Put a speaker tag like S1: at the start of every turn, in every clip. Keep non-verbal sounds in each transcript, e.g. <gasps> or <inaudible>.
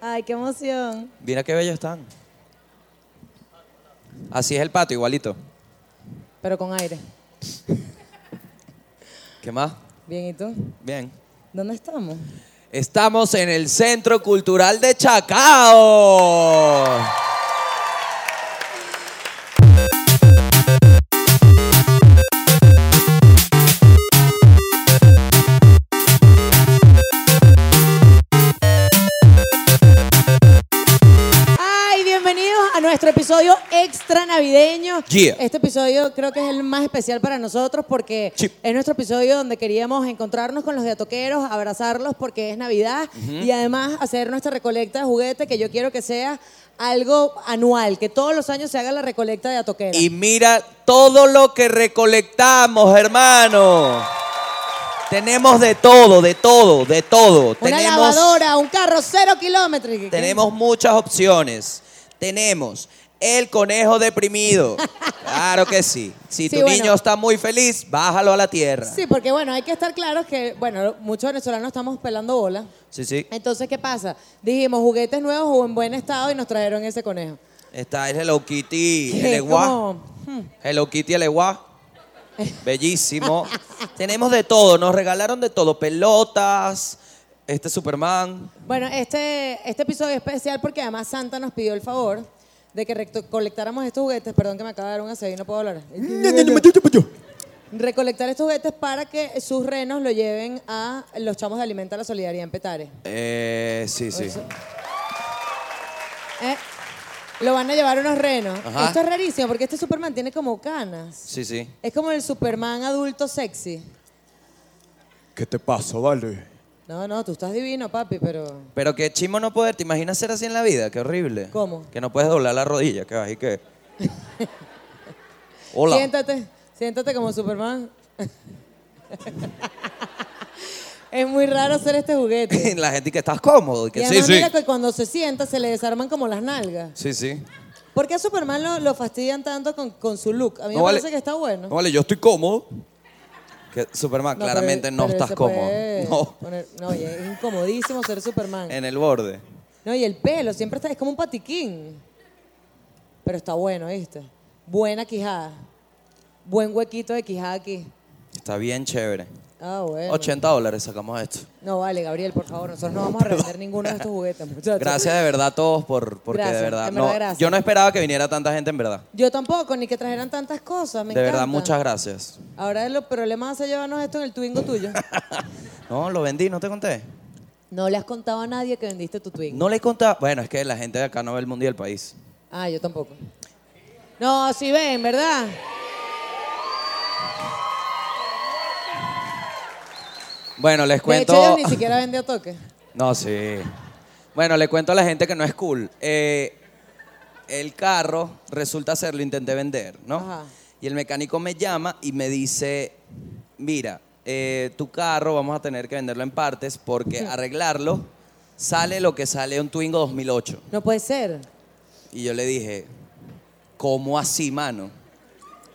S1: Ay, qué emoción.
S2: Mira qué bellos están. Así es el patio, igualito.
S1: Pero con aire.
S2: ¿Qué más?
S1: Bien, ¿y tú?
S2: Bien.
S1: ¿Dónde estamos?
S2: Estamos en el Centro Cultural de Chacao.
S1: Ay, bienvenidos a nuestro episodio extra navideño.
S2: Yeah.
S1: Este episodio creo que es el más especial para nosotros porque
S2: Sí.
S1: es nuestro episodio donde queríamos encontrarnos con los de Atoqueros, abrazarlos porque es Navidad y además hacer nuestra recolecta de juguete que yo quiero que sea algo anual, que todos los años se haga la recolecta de Atoqueros.
S2: Y mira todo lo que recolectamos, hermano. Tenemos de todo, de todo, de todo.
S1: Una
S2: tenemos,
S1: lavadora, un carro cero kilómetros.
S2: tenemos muchas opciones. Tenemos el
S1: <laughs>
S2: conejo deprimido. Claro que sí. Si
S1: Sí,
S2: tu
S1: bueno.
S2: niño está muy feliz, bájalo a la tierra.
S1: Sí, porque bueno, hay que estar claros que, bueno, muchos venezolanos estamos pelando bola.
S2: sí. sí.
S1: Entonces, ¿qué pasa? Dijimos juguetes nuevos o en buen estado y nos trajeron ese conejo.
S2: Está el Hello Kitty,
S1: Que
S2: el
S1: es
S2: Eguá.
S1: como, hmm,
S2: Hello Kitty, el Eguá.
S1: <laughs>
S2: Bellísimo. Tenemos de todo, nos regalaron de todo. Pelotas, este Superman.
S1: Bueno, este, este episodio es especial porque además Santa nos pidió el favor de que recolectáramos estos juguetes. Perdón que me acaba de dar un aseo y no puedo hablar. Recolectar estos juguetes para que sus renos lo lleven a los chamos de Alimenta la Solidaridad en Petare.
S2: Eh, sí, sí.
S1: Eh, Lo van a llevar unos renos.
S2: Ajá.
S1: Esto es rarísimo porque este Superman tiene como canas.
S2: Sí, sí.
S1: Es como el Superman adulto sexy.
S3: ¿Qué te pasa, vale?
S1: No, no, tú estás divino, papi, pero...
S2: Pero qué chimo no poder. ¿Te imaginas ser así en la vida? Qué horrible.
S1: ¿Cómo?
S2: Que no puedes doblar la rodilla, que vas
S1: <laughs>
S2: y que. Hola.
S1: Siéntate, siéntate como Superman. <laughs> es muy raro hacer este juguete.
S2: <laughs> la gente que estás cómodo. y
S1: Y
S2: que sí,
S1: además
S2: sí.
S1: mira que cuando se sienta se le desarman como las nalgas.
S2: Sí, sí.
S1: ¿Por qué a Superman lo, lo fastidian tanto con, con su look? A mí me parece que está bueno.
S2: No vale, yo estoy cómodo. Que Superman,
S1: No,
S2: claramente
S1: pero-
S2: no
S1: pero
S2: estás
S1: se
S2: cómodo.
S1: puede
S2: No.
S1: poner- no, y es incomodísimo ser Superman.
S2: En el borde.
S1: No, y el pelo siempre está, es como un patiquín. Pero está bueno, ¿viste? Buena quijada. Buen huequito de quijada aquí.
S2: Está bien chévere.
S1: Ah, bueno.
S2: 80 dólares sacamos esto.
S1: No, vale, Gabriel, por favor, nosotros no vamos a revender ninguno de estos juguetes, muchachos.
S2: Gracias de verdad a todos por, porque
S1: Gracias,
S2: de verdad.
S1: en verdad,
S2: no,
S1: gracias.
S2: Yo no esperaba que viniera tanta gente en verdad.
S1: Yo tampoco, ni que trajeran tantas cosas, me
S2: de verdad,
S1: encanta.
S2: muchas gracias.
S1: Ahora los problemas hace llevarnos esto en el Twingo
S2: <laughs>
S1: tuyo.
S2: No, lo vendí, no te conté.
S1: No le has contado a nadie que vendiste tu Twingo.
S2: No le contaba. Bueno, es que la gente de acá no ve el mundo y el país.
S1: Ah, yo tampoco. No, sí ven, ¿verdad?
S2: Bueno, les cuento.
S1: De hecho, ellos ni siquiera venden a toque.
S2: No, sí. Bueno, le cuento a la gente que no es cool. Eh, el carro resulta ser, lo intenté vender, ¿no?
S1: Ajá.
S2: Y el mecánico me llama y me dice, mira, eh, tu carro vamos a tener que venderlo en partes porque arreglarlo sale lo que sale un Twingo 2008.
S1: No puede ser.
S2: Y yo le dije, ¿cómo así, mano?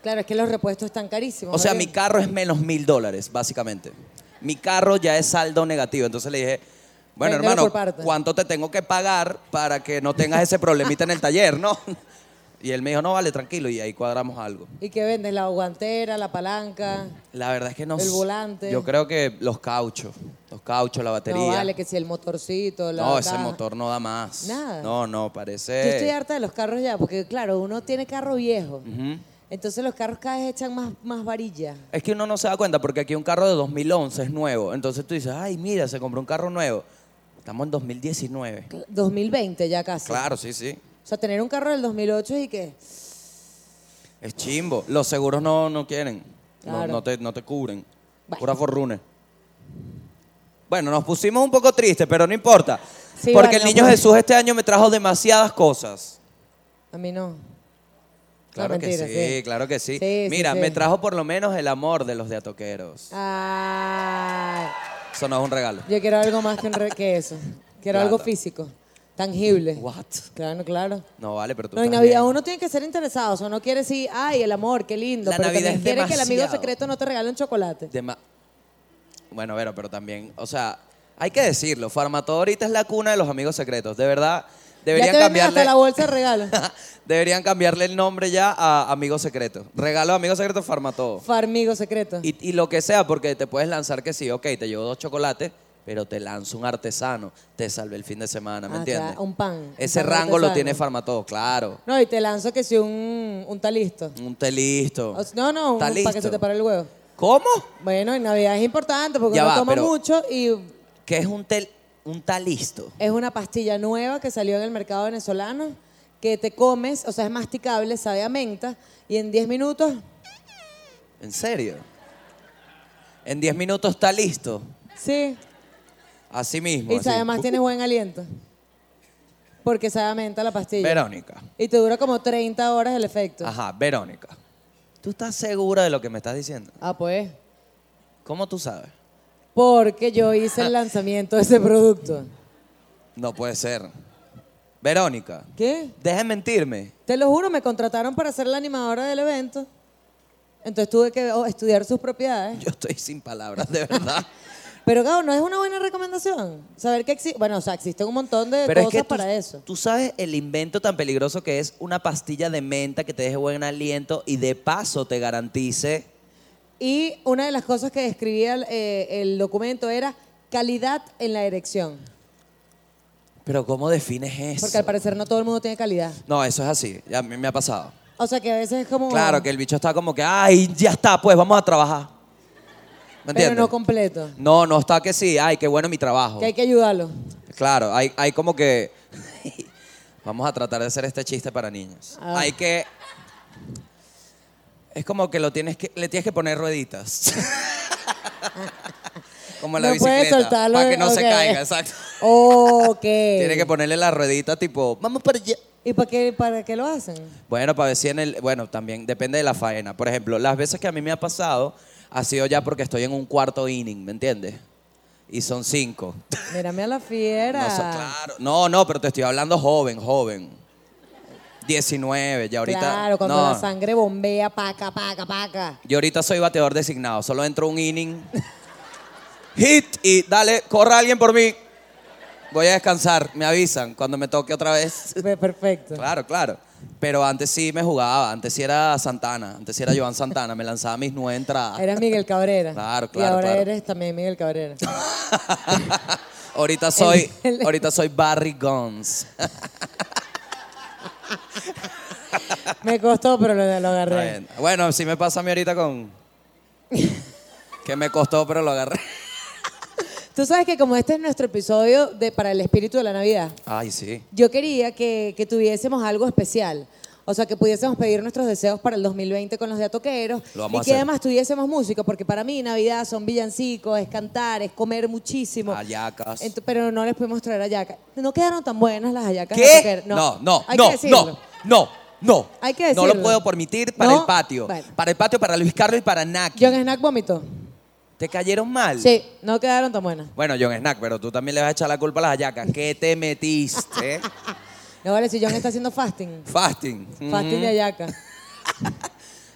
S1: Claro, es que los repuestos están carísimos.
S2: O sea, mi
S1: Gabriel.
S2: carro es menos mil dólares, básicamente. Mi carro ya es saldo negativo. Entonces le dije, bueno,
S1: Véndelo por
S2: hermano,
S1: partes.
S2: ¿cuánto te tengo que pagar para que no tengas ese problemita en el taller, no? <laughs> Y él me dijo, no, vale, tranquilo, y ahí cuadramos algo.
S1: ¿Y qué vendes? La guantera, la palanca.
S2: La verdad es que no
S1: El
S2: sé.
S1: volante.
S2: Yo creo que los cauchos, los cauchos, la batería.
S1: No vale, que si el motorcito, la
S2: No, ese
S1: caja.
S2: motor no da más.
S1: Nada.
S2: No, no, parece...
S1: Yo estoy harta de los carros ya, porque claro, uno tiene carro viejo. Entonces los carros cada vez echan más, más varilla.
S2: Es que uno no se da cuenta porque aquí un carro de 2011 es nuevo. Entonces tú dices, ay, mira, se compró un carro nuevo. Estamos en 2019.
S1: 2020 ya casi.
S2: Claro, sí, sí.
S1: O sea, tener un carro del 2008 y que...
S2: Es chimbo. Los seguros no, no quieren. No-
S1: Claro.
S2: No, te, no te cubren.
S1: Bueno.
S2: Pura forrune. Bueno, nos pusimos un poco tristes, pero no importa.
S1: Sí,
S2: porque
S1: vale,
S2: el
S1: no
S2: niño
S1: puede-
S2: Jesús este año me trajo demasiadas cosas.
S1: A mí no.
S2: Claro
S1: mentira,
S2: que sí,
S1: sí.
S2: claro que sí.
S1: Sí, sí,
S2: Mira,
S1: sí.
S2: me trajo por lo menos el amor de los de Atoqueros.
S1: Ay,
S2: Eso no es un regalo.
S1: yo quiero algo más que, un re- que eso. Quiero
S2: Plata.
S1: algo físico, tangible.
S2: What?
S1: Claro, claro.
S2: No vale, pero tú
S1: No, en
S2: estás
S1: Navidad
S2: bien.
S1: uno tiene que ser interesado. O sea, uno quiere decir, ay, el amor, qué lindo.
S2: La
S1: pero
S2: Navidad
S1: también
S2: es
S1: quiere que el amigo
S2: demasiado.
S1: secreto no te regale un chocolate.
S2: Dema- Bueno, pero, pero también, o sea, Hay que decirlo, Farmatodo ahorita es la cuna de los amigos secretos. De verdad, deberían
S1: ya te venden
S2: cambiarle.
S1: hasta la bolsa de regalo.
S2: <laughs> deberían cambiarle el nombre ya a Amigos Secretos. Regalo de Amigos Secretos, Farmatodo.
S1: Farmigo secreto.
S2: Y, y lo que sea, porque te puedes lanzar que sí, ok, te llevo dos chocolates, pero te lanzo un artesano, te salve el fin de semana, ¿me
S1: Ah,
S2: entiendes?
S1: claro, un pan,
S2: Ese
S1: un pan
S2: rango lo
S1: artesano.
S2: tiene Farmatodo, claro.
S1: No, y te lanzo que si un, un talisto.
S2: Un té listo.
S1: O si- no, no, un-
S2: Está
S1: para que
S2: listo.
S1: se te pare el huevo.
S2: ¿Cómo?
S1: Bueno, en Navidad es importante porque
S2: Ya
S1: uno
S2: va,
S1: toma
S2: pero-
S1: mucho y
S2: ¿Qué es un té, un té listo?
S1: es una pastilla nueva que salió en el mercado venezolano que te comes, o sea, es masticable, sabe a menta y en 10 minutos,
S2: ¿En serio? En 10 minutos está listo.
S1: sí,
S2: Así mismo.
S1: y
S2: así.
S1: además tienes buen aliento. Porque sabe a menta la pastilla.
S2: Verónica.
S1: Y te dura como 30 horas el efecto.
S2: Ajá, Verónica. ¿Tú estás segura de lo que me estás diciendo?
S1: Ah, pues.
S2: ¿Cómo tú sabes?
S1: Porque yo hice el lanzamiento de ese producto.
S2: No puede ser. Verónica.
S1: ¿Qué?
S2: Deja de mentirme.
S1: Te lo juro, me contrataron para ser la animadora del evento. Entonces tuve que oh, estudiar sus propiedades.
S2: Yo estoy sin palabras,
S1: <laughs>
S2: de verdad.
S1: Pero, Gabo, ¿no es una buena recomendación? Saber que existe... Bueno, o sea, existen un montón de
S2: Pero es
S1: cosas
S2: que tú,
S1: para eso.
S2: tú sabes el invento tan peligroso que es una pastilla de menta que te deje buen aliento y de paso te garantice
S1: Y una de las cosas que describía eh, el documento era calidad en la erección.
S2: Pero ¿cómo defines eso?
S1: Porque al parecer no todo el mundo tiene calidad.
S2: No, eso es así. A mí me ha pasado.
S1: O sea, que a veces es como...
S2: Claro, que el bicho está como que, ay, ya está, pues vamos a trabajar. ¿Me
S1: Pero
S2: entiendes?
S1: no completo.
S2: no, no está que sí, ay, qué bueno mi trabajo.
S1: Que hay que ayudarlo.
S2: Claro, hay, hay como que, <laughs> vamos a tratar de hacer este chiste para niños.
S1: Ah.
S2: Hay que, es como que, lo tienes que le tienes que poner rueditas. <laughs> como en la
S1: no puedes
S2: bicicleta,
S1: soltarlo.
S2: para que no se
S1: ok.
S2: caiga, exacto.
S1: Ok.
S2: Tiene que ponerle la ruedita tipo, vamos para allá.
S1: ¿Y para qué, para qué lo hacen?
S2: Bueno, para ver si en el. Bueno, también depende de la faena. Por ejemplo, las veces que a mí me ha pasado ha sido ya porque estoy en un cuarto inning, ¿me entiendes? Y son cinco.
S1: Mírame a la fiera.
S2: No, son- claro. No, no, pero te estoy hablando joven, joven. 19, ya ahorita.
S1: Claro, cuando
S2: no.
S1: la sangre bombea, paca, paca, paca.
S2: Yo ahorita soy bateador designado, solo entro un inning. Hit y dale, corra alguien por mí. Voy a descansar, me avisan cuando me toque otra vez.
S1: Ve, Perfecto.
S2: Claro, claro. Pero antes sí me jugaba, antes sí era Santana, antes sí era Joan Santana, me lanzaba mis nueve entradas.
S1: Eres Miguel Cabrera.
S2: Claro,
S1: Y
S2: claro,
S1: ahora
S2: claro.
S1: eres también Miguel Cabrera.
S2: <laughs> ahorita soy,
S1: El- el-
S2: ahorita soy Barry Guns.
S1: Me costó, pero lo, lo
S2: Está
S1: agarré.
S2: bien. Bueno, sí me pasa a mí
S1: <laughs>
S2: ahorita con que me costó, pero lo agarré.
S1: Tú sabes que como este es nuestro episodio de para el espíritu de la Navidad,
S2: Ay, sí.
S1: yo quería que, que tuviésemos algo especial. O sea, que pudiésemos pedir nuestros deseos para el 2020 con los de Atoqueros.
S2: Lo vamos
S1: y
S2: a
S1: que
S2: hacer.
S1: además tuviésemos música, porque para mí Navidad son villancicos, es cantar, es comer muchísimo.
S2: Hallacas.
S1: Entu- pero no les pudimos traer hallacas. No quedaron tan buenas las hallacas. de
S2: ¿Qué?
S1: Atoqueros.
S2: No, no,
S1: Hay que
S2: no,
S1: decirlo.
S2: no, no, no.
S1: Hay que
S2: No lo
S1: decirlo.
S2: puedo permitir para
S1: No,
S2: el patio.
S1: bueno.
S2: Para el patio, para Luis Carlos y para Naki.
S1: John Snack vomitó.
S2: ¿Te cayeron mal?
S1: Sí, no quedaron tan buenas.
S2: Bueno, John Snack, pero tú también le vas a echar la culpa a las hallacas. ¿Qué
S1: <laughs>
S2: te metiste?
S1: No vale, si John está haciendo fasting.
S2: Fasting. Mm.
S1: Fasting de ayaca.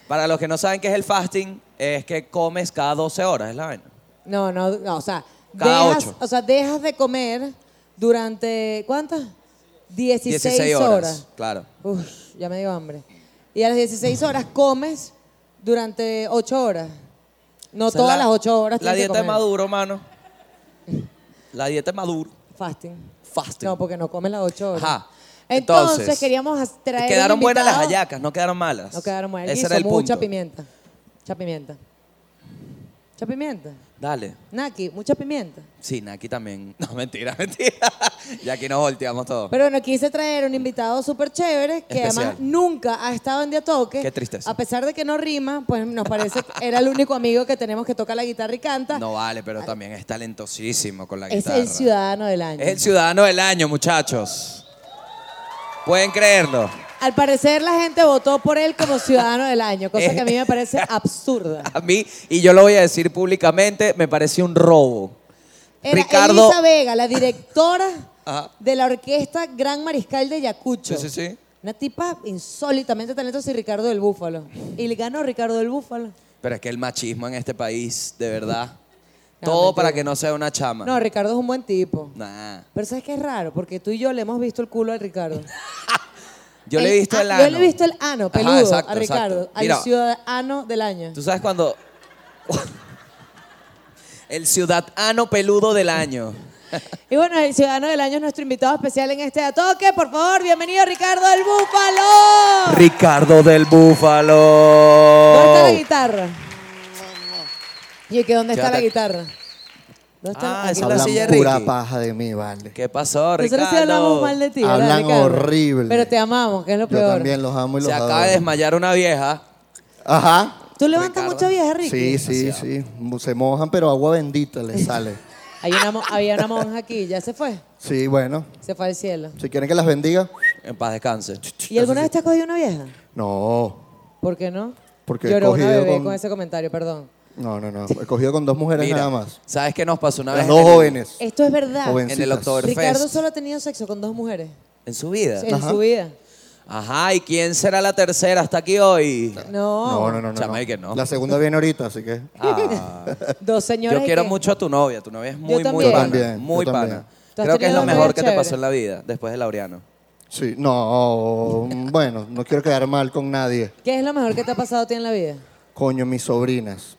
S2: Para los que no saben qué es el fasting, es que comes cada 12 horas, es la vaina.
S1: No, no, no, o sea,
S2: Cada
S1: dejas,
S2: ocho.
S1: o sea, dejas de comer durante ¿cuántas? 16, horas.
S2: Claro.
S1: Uf, ya me dio hambre. Y a las 16 horas comes durante 8 horas. No
S2: Esa es
S1: todas
S2: la-
S1: las 8 horas
S2: La
S1: tienes
S2: dieta
S1: que
S2: de
S1: comer.
S2: Maduro, mano. La dieta de Maduro.
S1: Fasting.
S2: Fasting.
S1: No, porque no comes las 8 horas.
S2: Ajá.
S1: Entonces,
S2: Entonces,
S1: queríamos as- traer un
S2: quedaron buenas las
S1: invitado.
S2: hallacas, no quedaron malas.
S1: No quedaron buenas.
S2: Ese
S1: Guiso,
S2: era el punto.
S1: mucha pimienta. Mucha pimienta. Mucha pimienta.
S2: Dale.
S1: Naki, mucha pimienta.
S2: Sí, aquí también. <laughs> No, mentira, mentira. <laughs> y aquí nos volteamos todos.
S1: Pero bueno, quise traer un invitado súper chévere que
S2: Especial.
S1: además nunca ha estado en Diatoque.
S2: Qué tristeza.
S1: A pesar de que no rima, pues nos parece que era el único amigo que tenemos que toca la guitarra y canta.
S2: no vale, pero también es talentosísimo con la
S1: es
S2: guitarra.
S1: el ciudadano del año.
S2: Es el ciudadano del año, muchachos. Pueden creerlo. <laughs>
S1: Al parecer la gente votó por él como ciudadano del año, cosa que a mí me
S2: <laughs>
S1: parece absurda.
S2: A mí, y yo lo voy a decir públicamente, me pareció un robo.
S1: Era
S2: Ricardo.
S1: Elisa Vega, la directora
S2: Ajá.
S1: de la orquesta Gran Mariscal de Yacucho.
S2: Sí, sí, sí.
S1: Una tipa insólitamente talentosa y Ricardo del Búfalo. Y le ganó Ricardo del Búfalo.
S2: Pero es que el machismo en este país, de verdad, Todo
S1: mentira.
S2: para que no sea una chama.
S1: No, Ricardo es un buen tipo.
S2: Nah.
S1: Pero ¿sabes qué es raro? Porque tú y yo le hemos visto el culo a Ricardo.
S2: Yo le he visto el
S1: a-
S2: ano.
S1: Yo le he visto el ano,
S2: Ajá,
S1: peludo,
S2: exacto,
S1: a
S2: exacto.
S1: Ricardo.
S2: Mira.
S1: Al ciudadano del año.
S2: Tú sabes cuando. <laughs> el ciudadano peludo del año.
S1: Y bueno, el ciudadano del año es nuestro invitado especial en este Atoque. Por favor, bienvenido Ricardo del Búfalo.
S2: Ricardo del Búfalo.
S1: ¿Dónde está la guitarra? ¿Y que dónde está la
S2: Quédate-
S1: guitarra? ¿Dónde
S2: Ah,
S1: Aquí
S2: esa
S1: está.
S2: la
S4: Hablan
S2: silla de
S4: pura
S2: Ricky.
S4: paja de mí, vale.
S2: ¿Qué pasó, Ricardo?
S1: Nosotros sí hablamos mal de ti. ¿verdad,
S4: Hablan
S1: Ricardo?
S4: horrible.
S1: Pero te amamos, que es lo
S4: Yo
S1: peor.
S4: también los amo y los
S2: Se acaba de
S4: adoro.
S2: desmayar una vieja.
S4: Ajá.
S1: ¿Tú levantas
S2: Ricardo.
S1: mucha vieja, Ricky?
S4: Sí, sí, sí. Se mojan, pero agua bendita les sale.
S1: Hay una, mo- había una monja aquí, ya se fue.
S4: Sí, bueno.
S1: Se fue al cielo.
S4: Si quieren que las bendiga.
S2: En paz descanse.
S1: ¿Y alguna vez te has cogido una vieja?
S4: No.
S1: ¿Por qué no?
S4: Porque he
S1: Lloró una
S4: cogido
S1: bebé con...
S4: con-
S1: ese comentario, perdón.
S4: No, no, no. He cogido con dos mujeres
S2: Mira,
S4: nada más.
S2: ¿Sabes qué nos pasó una vez?
S4: Las dos
S2: en el- Eh,
S4: jóvenes.
S1: Esto es verdad.
S2: En
S4: Joven.
S2: el
S4: Jovencitas.
S2: Oktoberfest.
S1: Ricardo solo ha tenido sexo con dos mujeres
S2: En su vida.
S1: en su vida.
S2: Ajá, ¿y quién será la tercera hasta
S1: <laughs>
S2: aquí hoy?
S1: No,
S4: No, no, no. no,
S2: Chama, y
S4: no.
S2: que no.
S4: La segunda viene ahorita, así que.
S2: Ah,
S1: dos señores.
S2: yo quiero
S1: que-
S2: mucho a tu novia. Tu novia es muy, muy
S1: también. Yo
S2: pana.
S4: también,
S2: muy
S4: yo
S2: pana.
S4: también.
S1: ¿Tú has
S2: Creo que es
S1: tenido
S2: lo
S1: una
S2: mejor
S1: novia
S2: que te pasó
S1: chévere?
S2: en la vida, después de Laureano.
S4: Sí, no. Bueno, no quiero quedar mal con nadie.
S1: ¿Qué es lo mejor que te ha pasado a ti en la vida?
S4: Coño, mis sobrinas.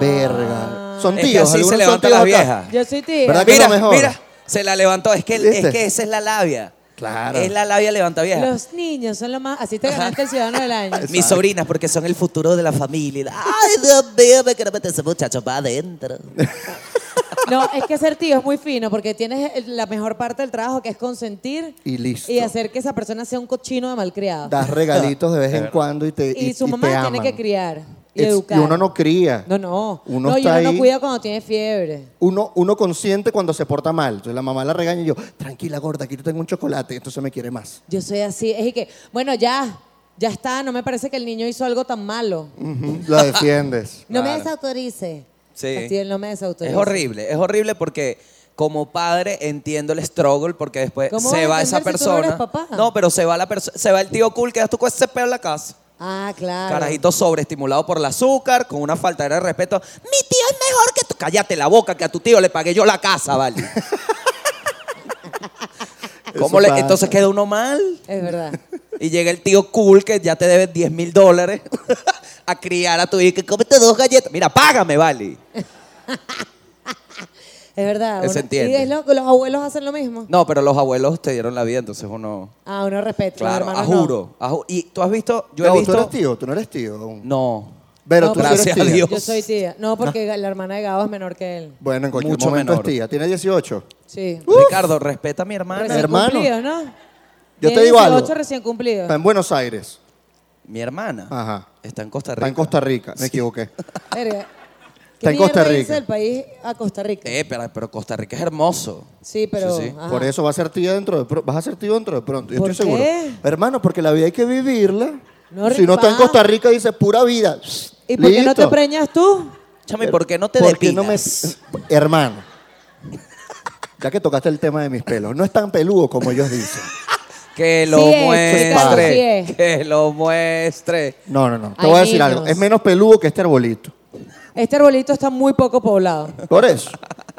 S4: Verga. Son
S2: Ah. Es
S4: tíos.
S2: que así
S4: algunos
S2: se
S4: son
S2: levanta
S4: tíos
S2: la
S4: acá.
S2: vieja.
S1: Yo soy tía.
S4: Ah. ¿Verdad que
S2: Mira,
S4: lo mejor.
S2: mira, se la levantó. Es que, es
S4: ¿Viste?
S2: que esa es la labia.
S4: Claro.
S2: Es la labia levanta vieja.
S1: Los niños son lo más. Así te ganaste el ciudadano del
S4: <laughs>
S1: año.
S2: Mis sobrinas, porque son el futuro de la familia. Ay, Dios mío, me quiero meter ese muchacho para adentro.
S1: No, es que ser tío es muy fino porque tienes el- la mejor parte del trabajo que es consentir
S4: Y listo.
S1: y hacer que esa persona sea un cochino de malcriado.
S4: das regalitos
S2: <laughs>
S4: de vez en cuando y te
S1: y, su
S4: y te
S1: mamá
S4: aman.
S1: tiene que criar y
S4: It's-
S1: educar.
S4: uno no cría.
S1: No, no.
S4: Uno
S1: no, y
S4: está
S1: uno no
S4: ahí.
S1: cuida cuando tiene fiebre.
S4: Uno, uno consiente cuando se porta mal. Entonces la mamá la regaña y yo, tranquila, gorda, aquí te tengo un chocolate. Entonces me quiere más.
S1: Yo soy así. Es y que, bueno, ya, ya está. No me parece que el niño hizo algo tan malo.
S4: Ujú, <laughs> La defiendes.
S1: No me
S2: Claro.
S1: desautorice.
S2: Sí.
S1: Castiel, no me desautorice.
S2: Es horrible, es horrible porque como padre entiendo el struggle porque después
S1: ¿Cómo vas
S2: se
S1: a
S2: va esa
S1: entender si tú no
S2: persona.
S1: eres papá?
S2: No, pero se va la perso- se va el tío cool, quedas tú con ese peo en la casa.
S1: Ah, claro.
S2: Carajito sobreestimulado por el azúcar, con una falta de respeto. Mi tío es mejor que tú. Cállate la boca, que a tu tío le pagué yo la casa, <laughs> ¿vale? ¿Cómo
S4: Eso
S2: le-
S4: pasa.
S2: entonces queda uno mal.
S1: Es verdad.
S2: Y llega el tío cool que ya te debe 10 mil dólares <laughs> a criar a tu hijo. Que cómete dos galletas. Mira, págame, vale.
S1: Es verdad.
S2: <laughs> Se
S1: uno-
S2: entiende.
S1: Y es lo- los abuelos hacen lo mismo.
S2: No, pero los abuelos te dieron la vida, entonces uno.
S1: Ah, uno respeta.
S2: Claro,
S1: los
S2: a
S1: hermanos no.
S2: juro. a ju- y tú has visto. Yo
S4: No,
S2: he
S4: tú
S2: visto.
S4: eres tío, tú no eres tío. aún.
S2: No.
S4: Pero
S1: No,
S4: tú sí
S2: gracias
S4: eres
S2: a
S4: tía.
S2: Dios.
S1: Yo soy tía. No, porque la hermana de Gabo es menor que él.
S4: Bueno, en cualquier
S2: Mucho
S4: momento
S2: menor.
S4: es tía. Tiene 18.
S1: Sí.
S2: Ricardo, respeta a mi hermana.
S1: Recién
S4: hermano.
S1: cumplido, ¿no?
S4: Yo
S1: Tiene
S4: te digo
S1: 18
S4: algo.
S1: recién cumplido.
S4: Está en Buenos Aires.
S2: Mi hermana.
S4: Ajá.
S2: Está en Costa Rica.
S4: Está en Costa Rica. Me equivoqué.
S1: Verga.
S4: Está en
S1: ¿Qué
S4: Costa
S1: mierda
S4: Rica.
S1: dice el país a Costa Rica.
S2: Eh, pero, pero Costa Rica es hermoso.
S1: Sí, pero.
S2: Sí, sí.
S1: ajá.
S4: Por eso va a ser tía dentro de pro- vas a ser tío dentro de pronto. Yo
S1: ¿Por
S4: estoy
S1: qué?
S4: seguro. Hermano, porque la vida hay que vivirla.
S1: No,
S4: si no está en
S1: pa.
S4: Costa Rica, dices pura vida.
S1: ¿Y por qué no te
S4: Listo.
S1: preñas tú?
S2: Chami, ¿por qué no te
S4: ¿Por qué
S2: depilas?
S4: no me... <laughs> Hermano, ya que tocaste el tema de mis pelos, no es tan peludo como ellos dicen.
S2: Que lo
S1: Sí es,
S4: Ricardo,
S2: muestre.
S1: sí es.
S2: Que lo muestre.
S4: No, no, no. Te
S1: Ay,
S4: voy a decir
S1: niños.
S4: algo. Es menos peludo que este arbolito.
S1: Este arbolito está muy poco poblado. <laughs>
S4: Por eso.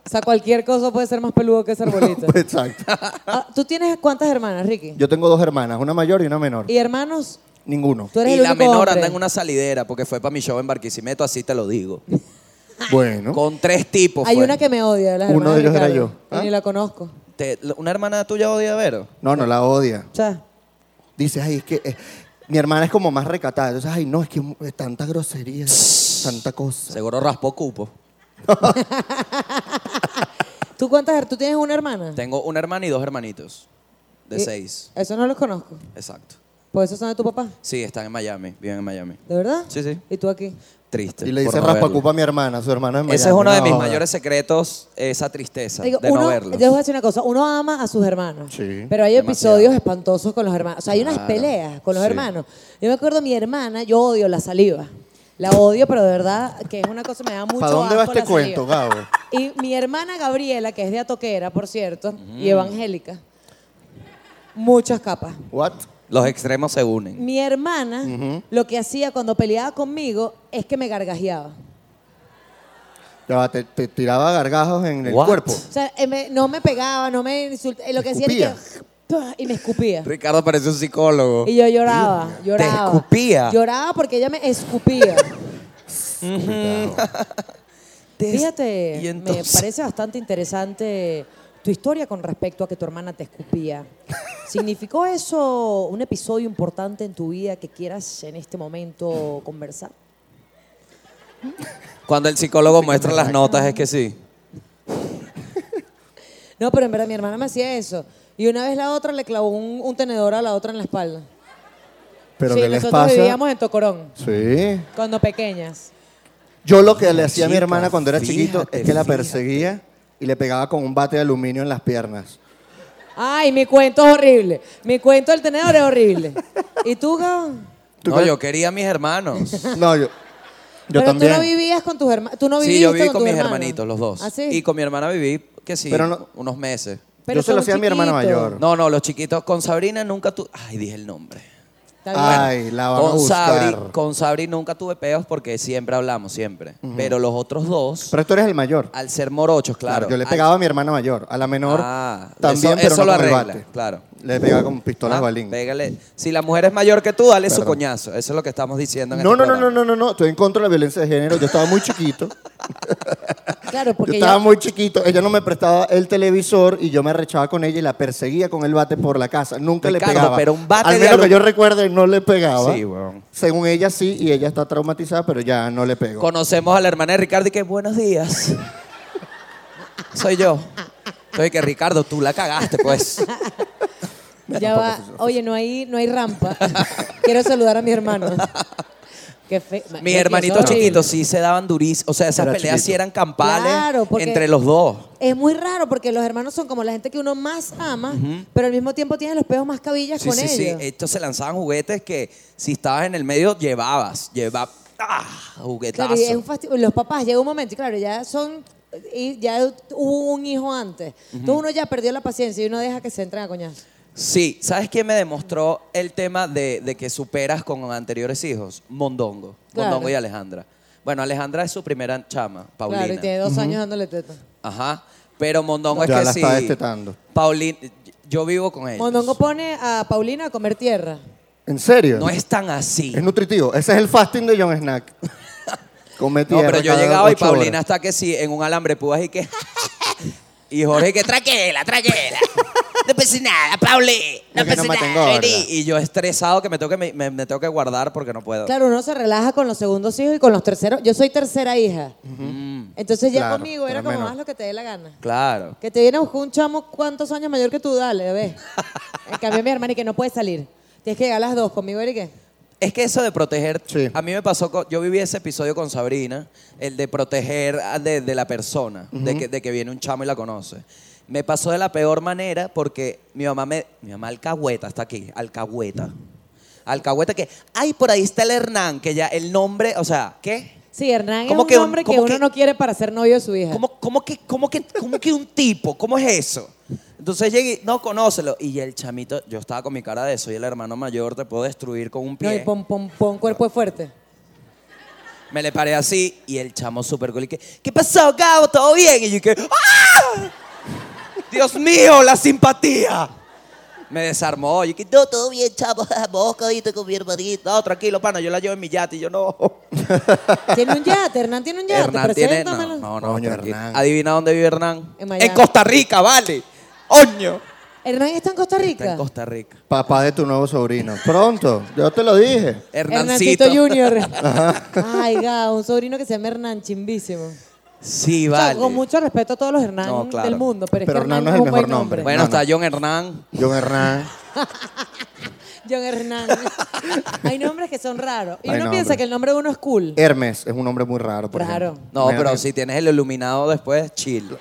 S1: O sea, cualquier cosa puede ser más peludo que ese arbolito.
S4: <laughs> Exacto.
S1: Ah, ¿Tú tienes cuántas hermanas, Ricky?
S4: pues. Yo tengo dos hermanas, una mayor y una menor.
S1: ¿Y hermanos?
S4: Ninguno.
S1: Tú eres
S2: y
S1: el
S2: la
S1: único
S2: menor
S1: hombre.
S2: anda en una salidera porque fue para mi show en Barquisimeto, así te lo digo.
S4: Bueno.
S2: Con tres tipos. pues.
S1: Hay
S2: fue.
S1: una que me odia, de las
S4: Uno
S1: hermanas
S4: de ellos era
S1: Ricardo,
S4: yo.
S1: y
S4: ¿Ah?
S1: Ni la conozco.
S2: Te- ¿Una hermana tuya odia a Vero?
S4: No, no la odia.
S1: O sea,
S4: Dices, ay, es que eh, mi hermana es como más recatada. Entonces, ay, no, es que eh, tanta grosería, tanta cosa.
S2: Seguro raspó cupo.
S1: ¿tú cuántas? ¿Tú tienes una hermana?
S2: Tengo una hermana y dos hermanitos. De
S1: Y-
S2: seis.
S1: Eso no los conozco.
S2: Exacto.
S1: Por eso son de tu papá.
S2: Sí, están en Miami, viven en Miami.
S1: ¿De verdad?
S2: Sí, sí.
S1: ¿Y tú aquí?
S2: Triste.
S4: Y le
S2: por
S4: dice
S2: no
S4: raspa
S2: verla.
S4: cupa a mi hermana, su hermana es
S2: Ese es uno de mis mayores
S4: mayores
S2: secretos, esa tristeza
S1: Digo,
S2: de
S1: uno,
S2: no
S1: yo
S2: verlos.
S1: les voy a decir una cosa, uno ama a sus hermanos,
S4: Sí,
S1: pero hay
S2: demasiado.
S1: episodios espantosos con los hermanos, o sea, hay unas
S2: Claro,
S1: peleas con los
S2: sí.
S1: hermanos. Yo me acuerdo mi hermana, yo odio la saliva, la odio, pero de verdad que es una cosa que me da mucho
S4: ¿Para dónde va
S1: asco
S4: este
S1: la saliva.
S4: cuento, Gabo?
S1: Y mi hermana Gabriela, que es de Atoquera, por cierto,
S4: Mm.
S1: y evangélica, muchas capas.
S4: What?
S2: Los extremos se unen.
S1: Mi hermana lo que hacía cuando peleaba conmigo es que me gargajeaba.
S4: Ya va, Te, te tiraba gargajos en el
S2: What?
S4: cuerpo.
S1: O sea, eh, me- no me pegaba, no me insultaba. eh, Lo que hacía era que... <laughs> Y me escupía.
S2: Ricardo parece un psicólogo.
S1: Y yo lloraba, lloraba.
S2: escupía?
S1: Lloraba porque ella me
S2: <laughs>
S1: escupía.
S2: Te-
S1: Fíjate,
S2: y
S1: me
S2: entonces-
S1: parece bastante interesante tu historia con respecto a que tu hermana te escupía. ¿Significó eso un episodio importante en tu vida que quieras en este momento conversar?
S2: Cuando el psicólogo muestra las notas es que sí.
S1: No, pero en verdad mi hermana me hacía eso. Y una vez la otra le clavó un, un tenedor a la otra en la espalda.
S4: Pero
S1: sí,
S4: ¿qué les
S1: nosotros
S4: pasa?
S1: vivíamos en Tocorón,
S4: Sí.
S1: cuando pequeñas.
S4: Yo lo que le hacía a mi
S2: Chica,
S4: hermana cuando era
S2: fíjate,
S4: chiquito es que la
S2: fíjate.
S4: perseguía y le pegaba con un bate de aluminio en las piernas.
S1: Ay, mi cuento es horrible. Mi cuento del tenedor es horrible. ¿Y tú, Gabo?
S4: ¿Tú
S2: No,
S4: crees?
S2: yo quería a mis hermanos.
S4: No, yo, yo
S1: pero
S4: también.
S1: tú no vivías con tus hermanos. Tú <laughs> no
S2: sí, yo viví
S1: viviste
S2: con,
S1: tus
S2: mis
S1: hermanos?
S2: hermanitos, los dos.
S1: ¿Ah, sí?
S2: Y con mi hermana viví, que sí,
S4: Pero no-
S2: unos meses.
S1: Pero
S4: Yo se lo
S1: son
S4: hacía a mi hermana
S1: chiquitos.
S4: mayor.
S2: No, no, los chiquitos. Con Sabrina nunca tuve. Ay, dije el nombre.
S1: Está bien.
S4: Ay, la van a
S2: Con Sabri,
S4: buscar.
S2: con Sabri nunca tuve peos porque siempre hablamos, siempre. Pero los otros dos,
S4: Pero tú eres el mayor.
S2: al ser morochos, claro.
S4: Yo le
S2: al-
S4: pegaba a mi hermana mayor. A la menor
S2: Ah,
S4: también,
S2: eso-
S4: pero
S2: eso
S4: no
S2: lo
S4: con el
S2: arregla,
S4: bate.
S2: claro.
S4: Le pegaba con pistolas
S2: Ah,
S4: balín.
S2: pégale. Si la mujer es mayor que tú, dale su
S4: Perdón.
S2: coñazo. Eso es lo que estamos diciendo. En
S4: No,
S2: este
S4: no, no, no,
S2: programa.
S4: no, no, no. Estoy en contra de la violencia de género. Yo estaba muy chiquito.
S1: Claro,
S4: yo
S1: porque
S4: estaba
S1: ya-
S4: muy chiquito. Ella no me prestaba el televisor y yo me arrechaba con ella y la perseguía con el bate por la casa. Nunca
S2: Ricardo,
S4: le pegaba.
S2: pero un bate
S4: Al
S2: de
S4: menos que
S2: alu-
S4: yo recuerde, no le pegaba.
S2: Sí, weón.
S4: Según ella sí, y ella está traumatizada, pero ya no le pegó.
S2: Conocemos a la hermana de Ricardo y que buenos días. <laughs> Soy yo. Soy que Ricardo, tú la cagaste,
S4: <laughs>
S2: pues.
S1: ya va. Oye, no hay, no hay rampa. Quiero saludar a mi hermano. Qué fe- ma-
S2: Mis
S1: es que
S2: hermanitos
S1: es horrible.
S2: chiquitos sí se daban durísimos. O sea, esas
S4: Era
S2: peleas
S4: chiquito.
S2: sí eran campales
S1: Claro, porque-
S2: entre los dos.
S1: Es muy raro porque los hermanos son como la gente que uno más ama, pero al mismo tiempo tienen los peos más cabillas
S2: Sí,
S1: con
S2: sí, sí.
S1: ellos.
S2: Estos se lanzaban juguetes que si estabas en el medio llevabas. Llevaba. ¡Ah! Juguetazo.
S1: Claro, y es un fastidio. Los papás llega un momento y claro, ya son y ya hubo un hijo antes. Entonces uno ya perdió la paciencia y uno deja que se entren a coñazo.
S2: Sí, ¿sabes quién me demostró el tema de, de que superas con anteriores hijos? Mondongo.
S1: Claro.
S2: Mondongo y Alejandra. Bueno, Alejandra es su primera chama, Paulina. Eh.
S1: Claro, y tiene dos años dándole teta.
S2: Ajá. Pero Mondongo
S4: Ya
S2: es que
S4: la
S2: sí.
S4: está destetando.
S2: Paulina, yo vivo con ellos.
S1: Mondongo pone a Paulina a comer tierra.
S4: ¿En serio?
S2: No es tan así.
S4: Es nutritivo. Ese es el fasting de John Snack. <laughs> Come
S2: No,
S4: tierra
S2: pero yo
S4: cada
S2: llegaba y
S4: ocho horas.
S2: Paulina está que sí, en un alambre púas y que. <laughs> y Jorge que tranquila, tranquila. No pasa nada, Pauli. No
S4: Lo que
S2: pasa
S4: no me tengo,
S2: nada. vení".
S4: ¿verdad?
S2: Y yo estresado que me tengo que, me, me- me tengo que guardar porque no puedo.
S1: Claro, uno se relaja con los segundos hijos y con los terceros. Yo soy tercera hija. Entonces ya
S4: Claro,
S1: conmigo era
S4: pero
S1: como
S4: menos.
S1: más lo que te dé la gana.
S2: Claro.
S1: Que te viene a buscar un chamo cuántos años mayor que tú, dale,
S2: <laughs>
S1: ve. en cambio, mi hermana y que no puede salir. Tienes que llegar a las dos conmigo, ¿y qué?
S2: Es que eso de proteger,
S4: Sí.
S2: a mí me pasó, con- yo viví ese episodio con Sabrina, el de proteger a- de, de la persona, de, que, de que viene un chamo y la conoce. Me pasó de la peor manera porque mi mamá me, mi mamá alcahueta está aquí, alcahueta. Alcahueta que, ay, por ahí está el Hernán, que ya el nombre, o sea, ¿qué?
S1: Sí, Hernán es
S2: ¿Cómo
S1: un
S2: que un-
S1: hombre que
S2: cómo
S1: uno
S2: que-
S1: no quiere para ser novio de su hija.
S2: ¿Cómo, cómo que, cómo, que, cómo que un tipo? ¿Cómo es eso? Entonces llegué, no, conócelo. Y el chamito, yo estaba con mi cara de, soy el hermano mayor, te puedo destruir con un pie.
S1: No, y pon, pon, pon cuerpo es fuerte.
S2: Me le paré así y el chamo super cool. y que, ¿Qué pasó, Gabo? ¿Todo bien? Y yo que, ¡ah! ¡Dios mío, la simpatía! Me desarmó. Yo que, no, todo bien, chamo. <laughs> Vos, codito con mi hermanito. No, tranquilo, pana, yo la llevo en mi yate. Y yo, no.
S1: Tiene un yate, Hernán tiene un yate.
S2: Hernán tiene...
S1: preséntamelo.
S2: No, no, no.
S4: Coño,
S2: tranquilo.
S4: Hernán.
S2: Adivina dónde vive Hernán.
S1: En
S2: En,
S1: Miami.
S2: Costa Rica, vale. ¡Oño!
S1: Hernán está en Costa Rica.
S2: Está en Costa Rica.
S4: Papá de tu nuevo sobrino. Pronto, yo te lo dije.
S2: Hernancito.
S1: Junior.
S2: <laughs>
S1: Ay, ga, un sobrino que se llama Hernán, chimbísimo.
S2: Sí,
S1: O sea,
S2: vale.
S1: con mucho respeto a todos los Hernán
S2: No, claro.
S1: del mundo, pero, es
S4: Pero
S1: que Hernán
S4: Hernán no es
S1: un
S4: el
S1: buen
S4: mejor nombre.
S2: Bueno,
S4: No,
S2: está
S4: no.
S2: John Hernán.
S4: John Hernán.
S1: John
S2: <laughs>
S1: Hernán. Hay nombres que son raros. Y
S4: Hay
S1: uno piensa
S4: nombres.
S1: que el nombre de uno es cool.
S4: Hermes es un hombre muy raro. Por
S1: Raro.
S4: ejemplo.
S2: No,
S4: Imagínate.
S2: pero si tienes el iluminado después, chill.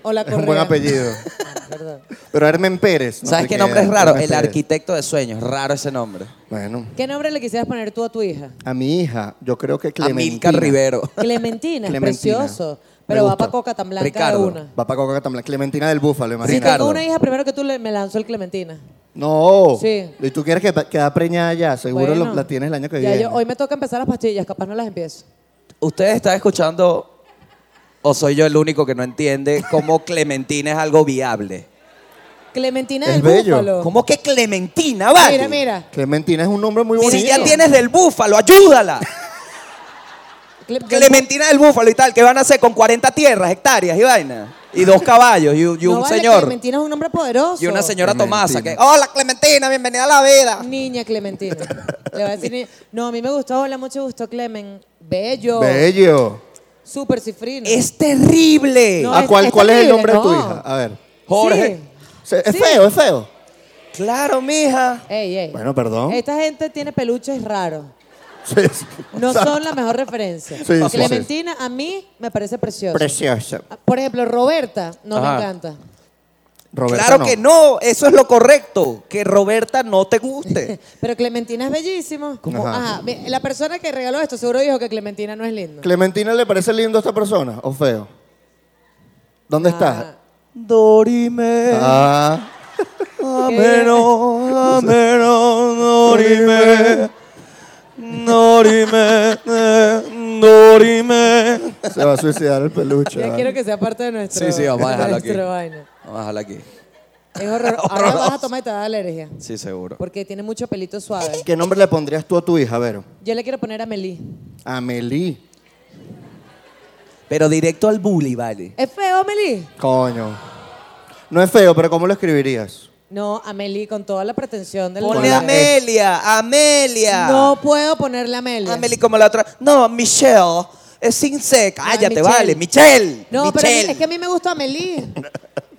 S1: O la
S4: Es un buen
S1: Correa.
S4: apellido.
S1: Ah, perdón.
S4: Pero Hermen Pérez. no
S2: ¿Sabes
S4: sé
S2: qué nombre es raro?
S4: Hermes
S2: El
S4: Pérez.
S2: arquitecto de sueños. Raro ese nombre.
S4: Bueno,
S1: ¿Qué nombre le quisieras poner tú a tu
S4: <laughs>
S1: hija?
S4: a mi hija, yo creo que Clementina.
S2: Amilcar Rivero.
S1: Clementina, es
S4: Clementina.
S1: precioso.
S4: Me
S1: Pero va
S4: gusta.
S1: para coca tan blanca
S2: Ricardo.
S1: de una.
S4: Va para Coca también. Clementina del Búfalo,
S1: Si
S4: imagínate.
S2: Ricardo.
S1: tengo una hija primero que tú, le- me lanzó el Clementina.
S4: No.
S1: Sí.
S4: Y tú quieres que quedar preñada ya. Seguro lo-
S1: Bueno,
S4: la tienes el año que
S1: ya
S4: viene.
S1: yo- hoy me toca empezar las pastillas, capaz no las empiezo.
S2: Ustedes están escuchando ¿O soy yo el único que no entiende cómo Clementina es algo viable?
S1: Clementina
S4: Es
S1: del
S4: bello.
S1: Búfalo.
S2: ¿Cómo que Clementina, vale?
S1: Mira, mira.
S4: Clementina es un nombre muy bonito.
S2: Si ya tienes del
S1: <laughs>
S2: búfalo, ayúdala.
S1: Cle-
S2: Clementina del búfalo y tal, ¿qué van a hacer con 40 tierras, hectáreas y vaina?
S1: <laughs>
S2: Y dos caballos y, un- y
S1: No
S2: un
S1: vale,
S2: señor.
S1: Clementina es un hombre poderoso.
S2: Y una señora
S4: Clementina.
S2: Tomasa que, hola Clementina, bienvenida a la vida.
S1: Niña Clementina. Le voy a decir, niña. no, a mí me gustó, hola, mucho gusto, Clemen. Bello.
S4: Bello.
S1: Súper cifrino.
S2: Es terrible.
S1: No,
S4: ¿A
S1: es-
S4: cuál,
S1: es
S4: ¿Cuál es el
S1: terrible,
S4: nombre de tu
S1: no.
S4: hija? A ver.
S2: Jorge.
S4: Se- Es
S1: Sí.
S4: feo, es feo. <laughs>
S2: Claro, mija.
S1: Sí. Ey, ey.
S4: Bueno, perdón.
S1: Esta gente tiene peluches raros.
S4: Sí, sí.
S1: No
S4: <laughs> O sea,
S1: son la mejor referencia.
S4: Sí, sí,
S1: Clementina a mí me parece preciosa.
S4: Preciosa.
S1: Por ejemplo, Roberta no
S2: Ajá.
S1: me encanta.
S4: Roberta
S2: claro que no, eso es lo correcto. Que Roberta no te guste.
S1: Pero Clementina es bellísimo. Como,
S4: Ajá.
S1: ajá, ve- la persona que regaló esto seguro dijo que Clementina no es linda.
S4: ¿Clementina le parece lindo a esta persona o feo? ¿Dónde
S1: Ah.
S4: está?
S2: Dorime,
S4: Ah.
S2: ameno, ameno, dorime, dorime, dorime.
S4: Ah, Se va a suicidar el peluche.
S1: Ya
S4: ¿vale?
S1: quiero que sea parte de nuestro.
S2: Sí, sí, vamos a dejarlo aquí.
S1: nuestra vaina.
S2: Vamos a dejarla aquí.
S1: Es horror.
S2: <laughs>
S1: Ahora vas a tomar y te va a dar alergia.
S2: Sí, seguro.
S1: Porque tiene mucho pelito suave.
S4: ¿Qué nombre le pondrías tú a tu hija, Vero?
S1: Yo le quiero poner a Melí.
S4: Amelie.
S2: Pero directo al bully, vale.
S1: ¿Es feo, Melí?
S4: Coño. No es feo, pero ¿cómo lo escribirías?
S1: No, a Melí con toda la pretensión del
S2: Ponle
S1: mundo.
S4: la-
S2: Amelia, Amelia.
S1: No puedo ponerle a Meli.
S2: Amelie como la otra. No, Michelle. Es sin C. Cállate,
S1: Michelle.
S2: vale. Michelle.
S1: No, pero
S2: Michelle.
S1: es que a mí me gusta Amelie.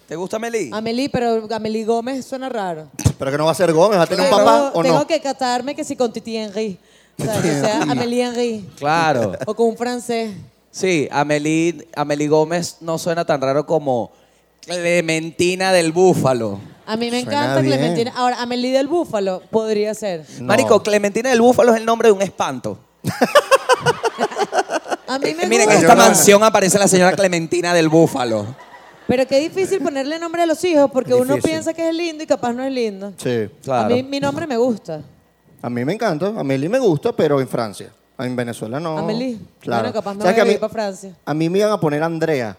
S2: ¿Te gusta Amelie?
S1: Amelie, pero Amelie Gómez suena raro.
S4: ¿Pero que no va a ser Gómez? ¿Va a tener un
S1: Tengo-
S4: papá o
S1: Tengo
S4: no?
S1: que catarme que si con Titi Henry. O sea, que sea Amelie Henry.
S2: Claro.
S1: O con un francés.
S2: Sí, Amelie, Amelie Gómez no suena tan raro como Clementina del Búfalo.
S1: A mí me
S4: Suena
S1: encanta
S4: bien.
S1: Clementina. Ahora, Amelie del Búfalo podría ser.
S4: No.
S2: Marico, Clementina del Búfalo es el nombre de un espanto.
S1: A mí me
S2: Miren,
S1: gusta.
S2: en Eh, esta mansión aparece la señora Clementina del Búfalo.
S1: Pero qué difícil ponerle nombre a los hijos porque uno
S4: Difícil.
S1: piensa que es lindo y capaz no es lindo.
S4: Sí.
S1: A
S2: Claro.
S1: mí mi nombre me gusta.
S4: A mí me encanta, a Amelie me gusta, pero en Francia. En Venezuela no.
S1: Amelie. Bueno, capaz me
S4: ¿Sabes
S1: voy
S4: que
S1: a
S4: mí-
S1: ir para Francia.
S4: A mí me iban a poner Andrea.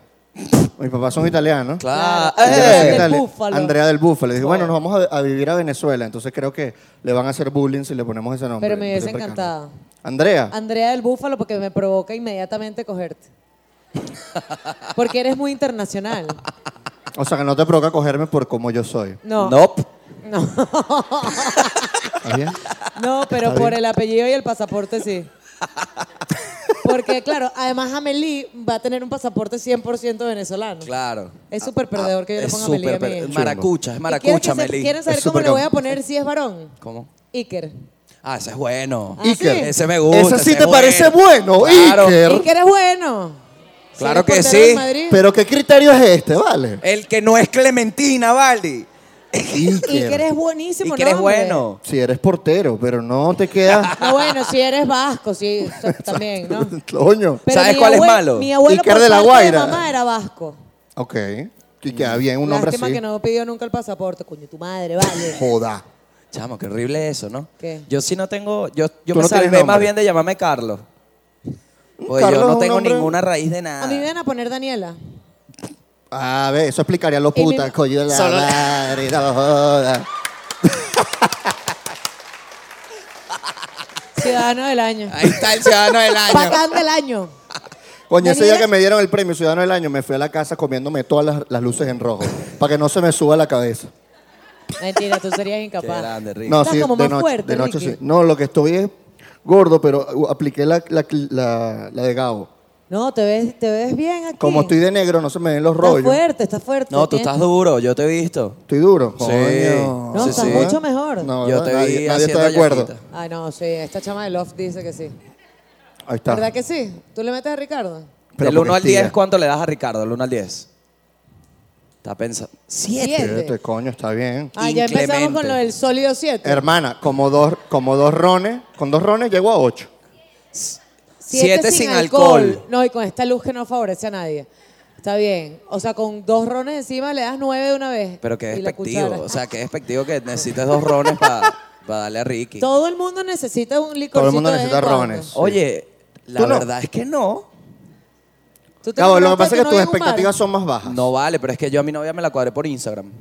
S4: Mis papás son italianos.
S2: Claro.
S4: Yo
S1: Andrea
S4: nací
S2: ¡Eh!
S4: en
S1: del
S4: Italia.
S1: Búfalo.
S4: Andrea del Búfalo. Y dije, bueno, nos vamos a, a vivir a Venezuela. Entonces creo que le van a hacer bullying si le ponemos ese nombre.
S1: Pero me hubiese
S4: Entonces, pues,
S1: encantado.
S4: Andrea.
S1: Andrea del Búfalo porque me provoca inmediatamente cogerte. Porque eres muy internacional.
S4: O sea, que no te provoca cogerme por como yo soy.
S1: No, no,
S2: Nope.
S1: no, <laughs>
S4: ¿Está bien?
S1: pero
S4: Está
S1: por
S4: bien.
S1: el apellido y el pasaporte sí. Porque claro, además Amelie va a tener un pasaporte 100% venezolano.
S2: Claro.
S1: Es súper perdedor que yo le
S2: Ah, Es
S1: ponga Amelie a
S2: súper
S1: mi
S2: per-
S1: hija.
S2: Maracucha, es
S1: ¿Y
S2: maracucha,
S1: quieren que se-
S2: Amelie.
S1: ¿Quieren saber
S4: Es
S1: cómo
S4: súper
S1: le voy a
S4: cam-
S1: poner si es varón?
S2: ¿Cómo?
S1: Iker.
S2: Ah, ese es bueno.
S1: Ah,
S4: Iker.
S1: ¿sí?
S2: Ese me gusta.
S4: Ese sí
S2: es
S4: te parece bueno,
S2: Claro.
S4: Iker.
S1: Iker es bueno. Si
S2: Claro
S1: eres
S2: que
S1: portero
S2: sí.
S1: del Madrid.
S4: Pero ¿qué criterio es este, vale?
S2: El que no es Clementina, vale.
S1: <laughs> Iker es buenísimo,
S2: Y que eres
S1: nombre.
S2: bueno.
S4: Si eres portero, pero no te queda...
S1: No, bueno, si eres vasco,
S2: <laughs>
S1: sí, so- también, <laughs> ¿no?
S4: <laughs> Coño.
S2: ¿Sabes
S1: mi
S2: cuál es
S1: abue-
S2: malo?
S1: Mi abuelo
S4: Iker
S1: por
S4: de la
S1: parte
S4: Guaira.
S1: mamá era vasco.
S4: Ok. Y queda bien un nombre
S1: Lástima
S4: así.
S1: que no pidió nunca el pasaporte, coño, tu madre,
S2: <laughs>
S1: vale.
S4: Joda.
S2: Chamo, qué horrible eso, ¿no?
S1: ¿Qué?
S2: Yo sí no tengo. Yo, yo
S4: Tú
S2: me
S4: no tienes
S2: salvé más
S4: nombre.
S2: bien de llamarme Carlos. Pues yo
S4: Carlos es
S2: no
S4: un
S2: tengo
S4: nombre-
S2: ninguna raíz de
S1: A mí me
S2: nada.
S1: van a poner Daniela.
S4: A ver, eso explicaría a los
S1: Y mi-
S4: putas, coño de la
S2: Solo-
S4: madre, no joda.
S1: Ciudadano del año.
S2: Ahí está el ciudadano del año.
S1: Bacán del año.
S4: Coño, ese
S1: Daniela-
S4: día que me dieron el premio Ciudadano del Año, me fui a la casa comiéndome todas las, las luces en rojo, para que no se me suba la cabeza.
S1: Mentira, tú serías
S2: Qué
S1: incapaz.
S2: grande, Ricky.
S4: No,
S1: Estás
S4: sí,
S1: como
S4: de
S1: más
S4: noche,
S1: fuerte,
S4: de noche
S1: Ricky.
S4: sí. No, lo que estoy es gordo, pero uh, apliqué la, la, la- la de Gabo.
S1: No, te ves, te ves bien aquí.
S4: Como estoy de negro, no se me ven los
S1: Estás
S4: rollos.
S1: fuerte, estás fuerte.
S2: No, tú
S1: tienes-
S2: estás duro, yo te he visto.
S4: Estoy duro.
S2: Sí.
S4: Coño.
S1: No,
S2: Sí,
S1: estás
S2: sí.
S1: mucho mejor.
S4: No,
S2: Yo te
S4: nadie-
S2: vi
S4: nadie
S2: haciendo
S4: está de acuerdo.
S2: yaquita.
S1: Ay, no, sí, esta chama de Love dice que sí.
S4: Ahí está.
S1: ¿Verdad que sí? ¿Tú le metes a Ricardo?
S4: Pero
S2: Del 1
S4: porque
S2: al
S4: es tía.
S2: 10, ¿cuánto le das a Ricardo? Del 1 al 10. Está pensando.
S4: Siete, coño, está bien.
S1: Ah, ya empezamos
S2: Inclemente.
S1: con lo del sólido 7.
S4: Hermana, como dos, como dos rones, con dos rones llego a ocho.
S2: Siete sin alcohol.
S1: No, y con esta luz que no favorece a nadie. Está bien. O sea, con dos rones encima le das nueve de una vez.
S2: Pero qué
S1: Y la
S2: despectivo.
S1: cuchara.
S2: O sea, qué despectivo que necesites dos rones para darle a
S1: <laughs>
S2: Ricky.
S1: Todo el mundo necesita un licorcito
S4: Todo el mundo
S1: de vez en
S4: necesita
S1: cuando.
S4: rones.
S2: Oye, la
S4: Tú no.
S2: verdad es que no.
S1: ¿Tú te
S4: Gabo, lo que
S1: enamoraste
S4: pasa
S1: de tu
S4: es que tus
S1: novia en un bar?
S4: expectativas son más bajas.
S2: No vale, pero es que yo a mi novia me la cuadré por Instagram.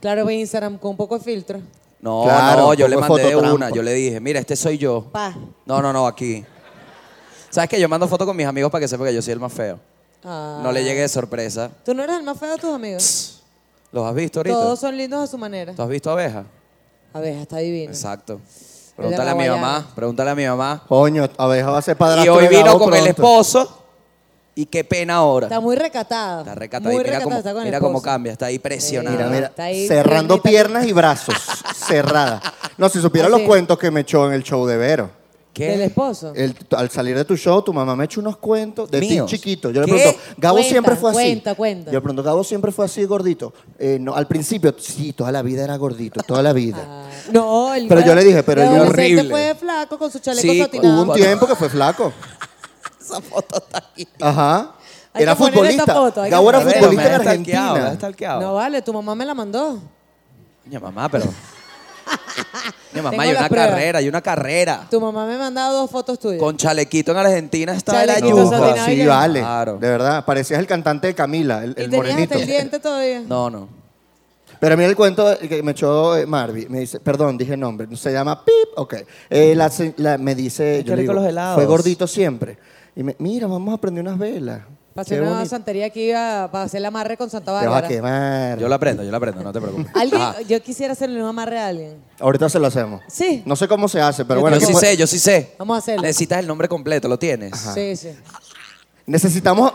S1: Claro, ve Instagram con un poco de filtro.
S2: No,
S4: Claro,
S2: no, yo
S4: un
S2: le
S4: poco de
S2: mandé
S4: fototrampa.
S2: una. Yo le dije, mira, este soy yo.
S1: Pa.
S2: No, no, no, aquí. ¿Sabes que Yo mando fotos con mis amigos para que sepan que yo soy el más feo.
S1: Ah.
S2: No le llegué de sorpresa.
S1: ¿Tú no eres el más feo de tus amigos?
S2: ¿Los has visto ahorita?
S1: Todos son lindos a su manera.
S2: ¿Tú has visto abeja?
S1: Abeja, está divino.
S2: Exacto.
S1: El de
S2: Pregúntale a mi
S1: Raguayana.
S2: mamá, pregúntale a mi mamá.
S4: Coño, abeja va a ser padrastro.
S2: Y hoy
S4: de
S2: vino
S4: Gabo
S2: con el
S4: pronto.
S2: esposo y qué pena ahora.
S1: Está muy recatada.
S2: Está recatada.
S1: Muy
S2: Mira,
S1: recatada,
S2: cómo,
S1: está con
S2: mira
S1: esposo.
S2: cómo cambia, está ahí presionada.
S4: Mira, mira,
S1: Está ahí,
S4: cerrando
S1: piernita.
S4: piernas y brazos, cerrada. No, si supieran
S1: Así
S4: los
S1: es.
S4: cuentos que me echó en el show de Vero.
S2: ¿Qué?
S1: Del esposo.
S4: El- al salir de tu show, tu mamá me echó unos cuentos de ti
S2: Míos.
S4: chiquito. Yo le
S2: ¿Qué?
S4: pregunto, Gabo
S1: Cuenta,
S4: siempre fue así.
S1: cuenta, cuenta.
S4: Yo le pregunto, Gabo siempre fue así gordito. Eh, no, al principio, sí, toda la vida era gordito, toda la vida.
S1: Ah, No, el
S4: Pero yo le dije, pero
S1: el
S4: él era
S1: adolescente
S2: horrible.
S1: fue flaco con su chaleco
S2: Sí,
S1: satinado.
S4: Hubo un tiempo que fue flaco.
S2: Esa foto está aquí.
S4: Ajá.
S1: Hay que
S4: Era
S1: poner esta
S4: futbolista.
S1: foto, hay que
S4: Gabo era
S1: poner.
S4: futbolista en
S2: Me has stalkeado, Me has
S4: Argentina.
S2: stalkeado.
S1: No vale, tu mamá me la mandó.
S2: Coño,
S1: <laughs>
S2: mamá, pero... Coño,
S1: Tengo
S2: mamá, hay
S1: la
S2: una
S1: prueba.
S2: carrera, hay una carrera.
S1: Tu mamá me ha mandado dos fotos tuyas.
S2: Con chalequito en Argentina estaba la
S1: Chalequito
S2: yuca.
S1: satinado.
S4: Sí,
S1: Ay,
S4: vale.
S2: claro.
S4: De verdad, parecías el cantante de Camila,
S1: y
S4: el, el
S1: tenías
S4: morenito.
S1: hasta el diente todavía.
S2: No, no.
S4: Pero mira el cuento que me echó eh, Marvi. Me dice, perdón, dije nombre. Se llama Pip. Ok. Eh, la se- la- me dice,
S2: Ay,
S4: yo
S2: qué
S4: le
S2: rico
S4: digo,
S2: los helados.
S4: fue gordito siempre. Y me, mira, vamos a prender unas velas.
S1: Pasé
S4: Qué
S1: una
S4: bonito.
S1: santería aquí a, para hacer el amarre con Santa
S4: Te vas a
S1: Bárbara.
S4: quemar.
S2: Yo la aprendo, yo la aprendo, no te preocupes.
S1: Alguien,
S2: Ajá.
S1: yo quisiera hacerle un amarre a alguien.
S4: Ahorita se lo hacemos.
S1: Sí.
S4: No sé cómo se hace, pero
S1: Yo
S4: bueno.
S2: Yo sí
S4: después-
S2: sé, yo sí sé.
S1: Vamos a hacerlo.
S2: Necesitas el nombre completo, lo tienes.
S1: Sí, sí.
S4: Necesitamos,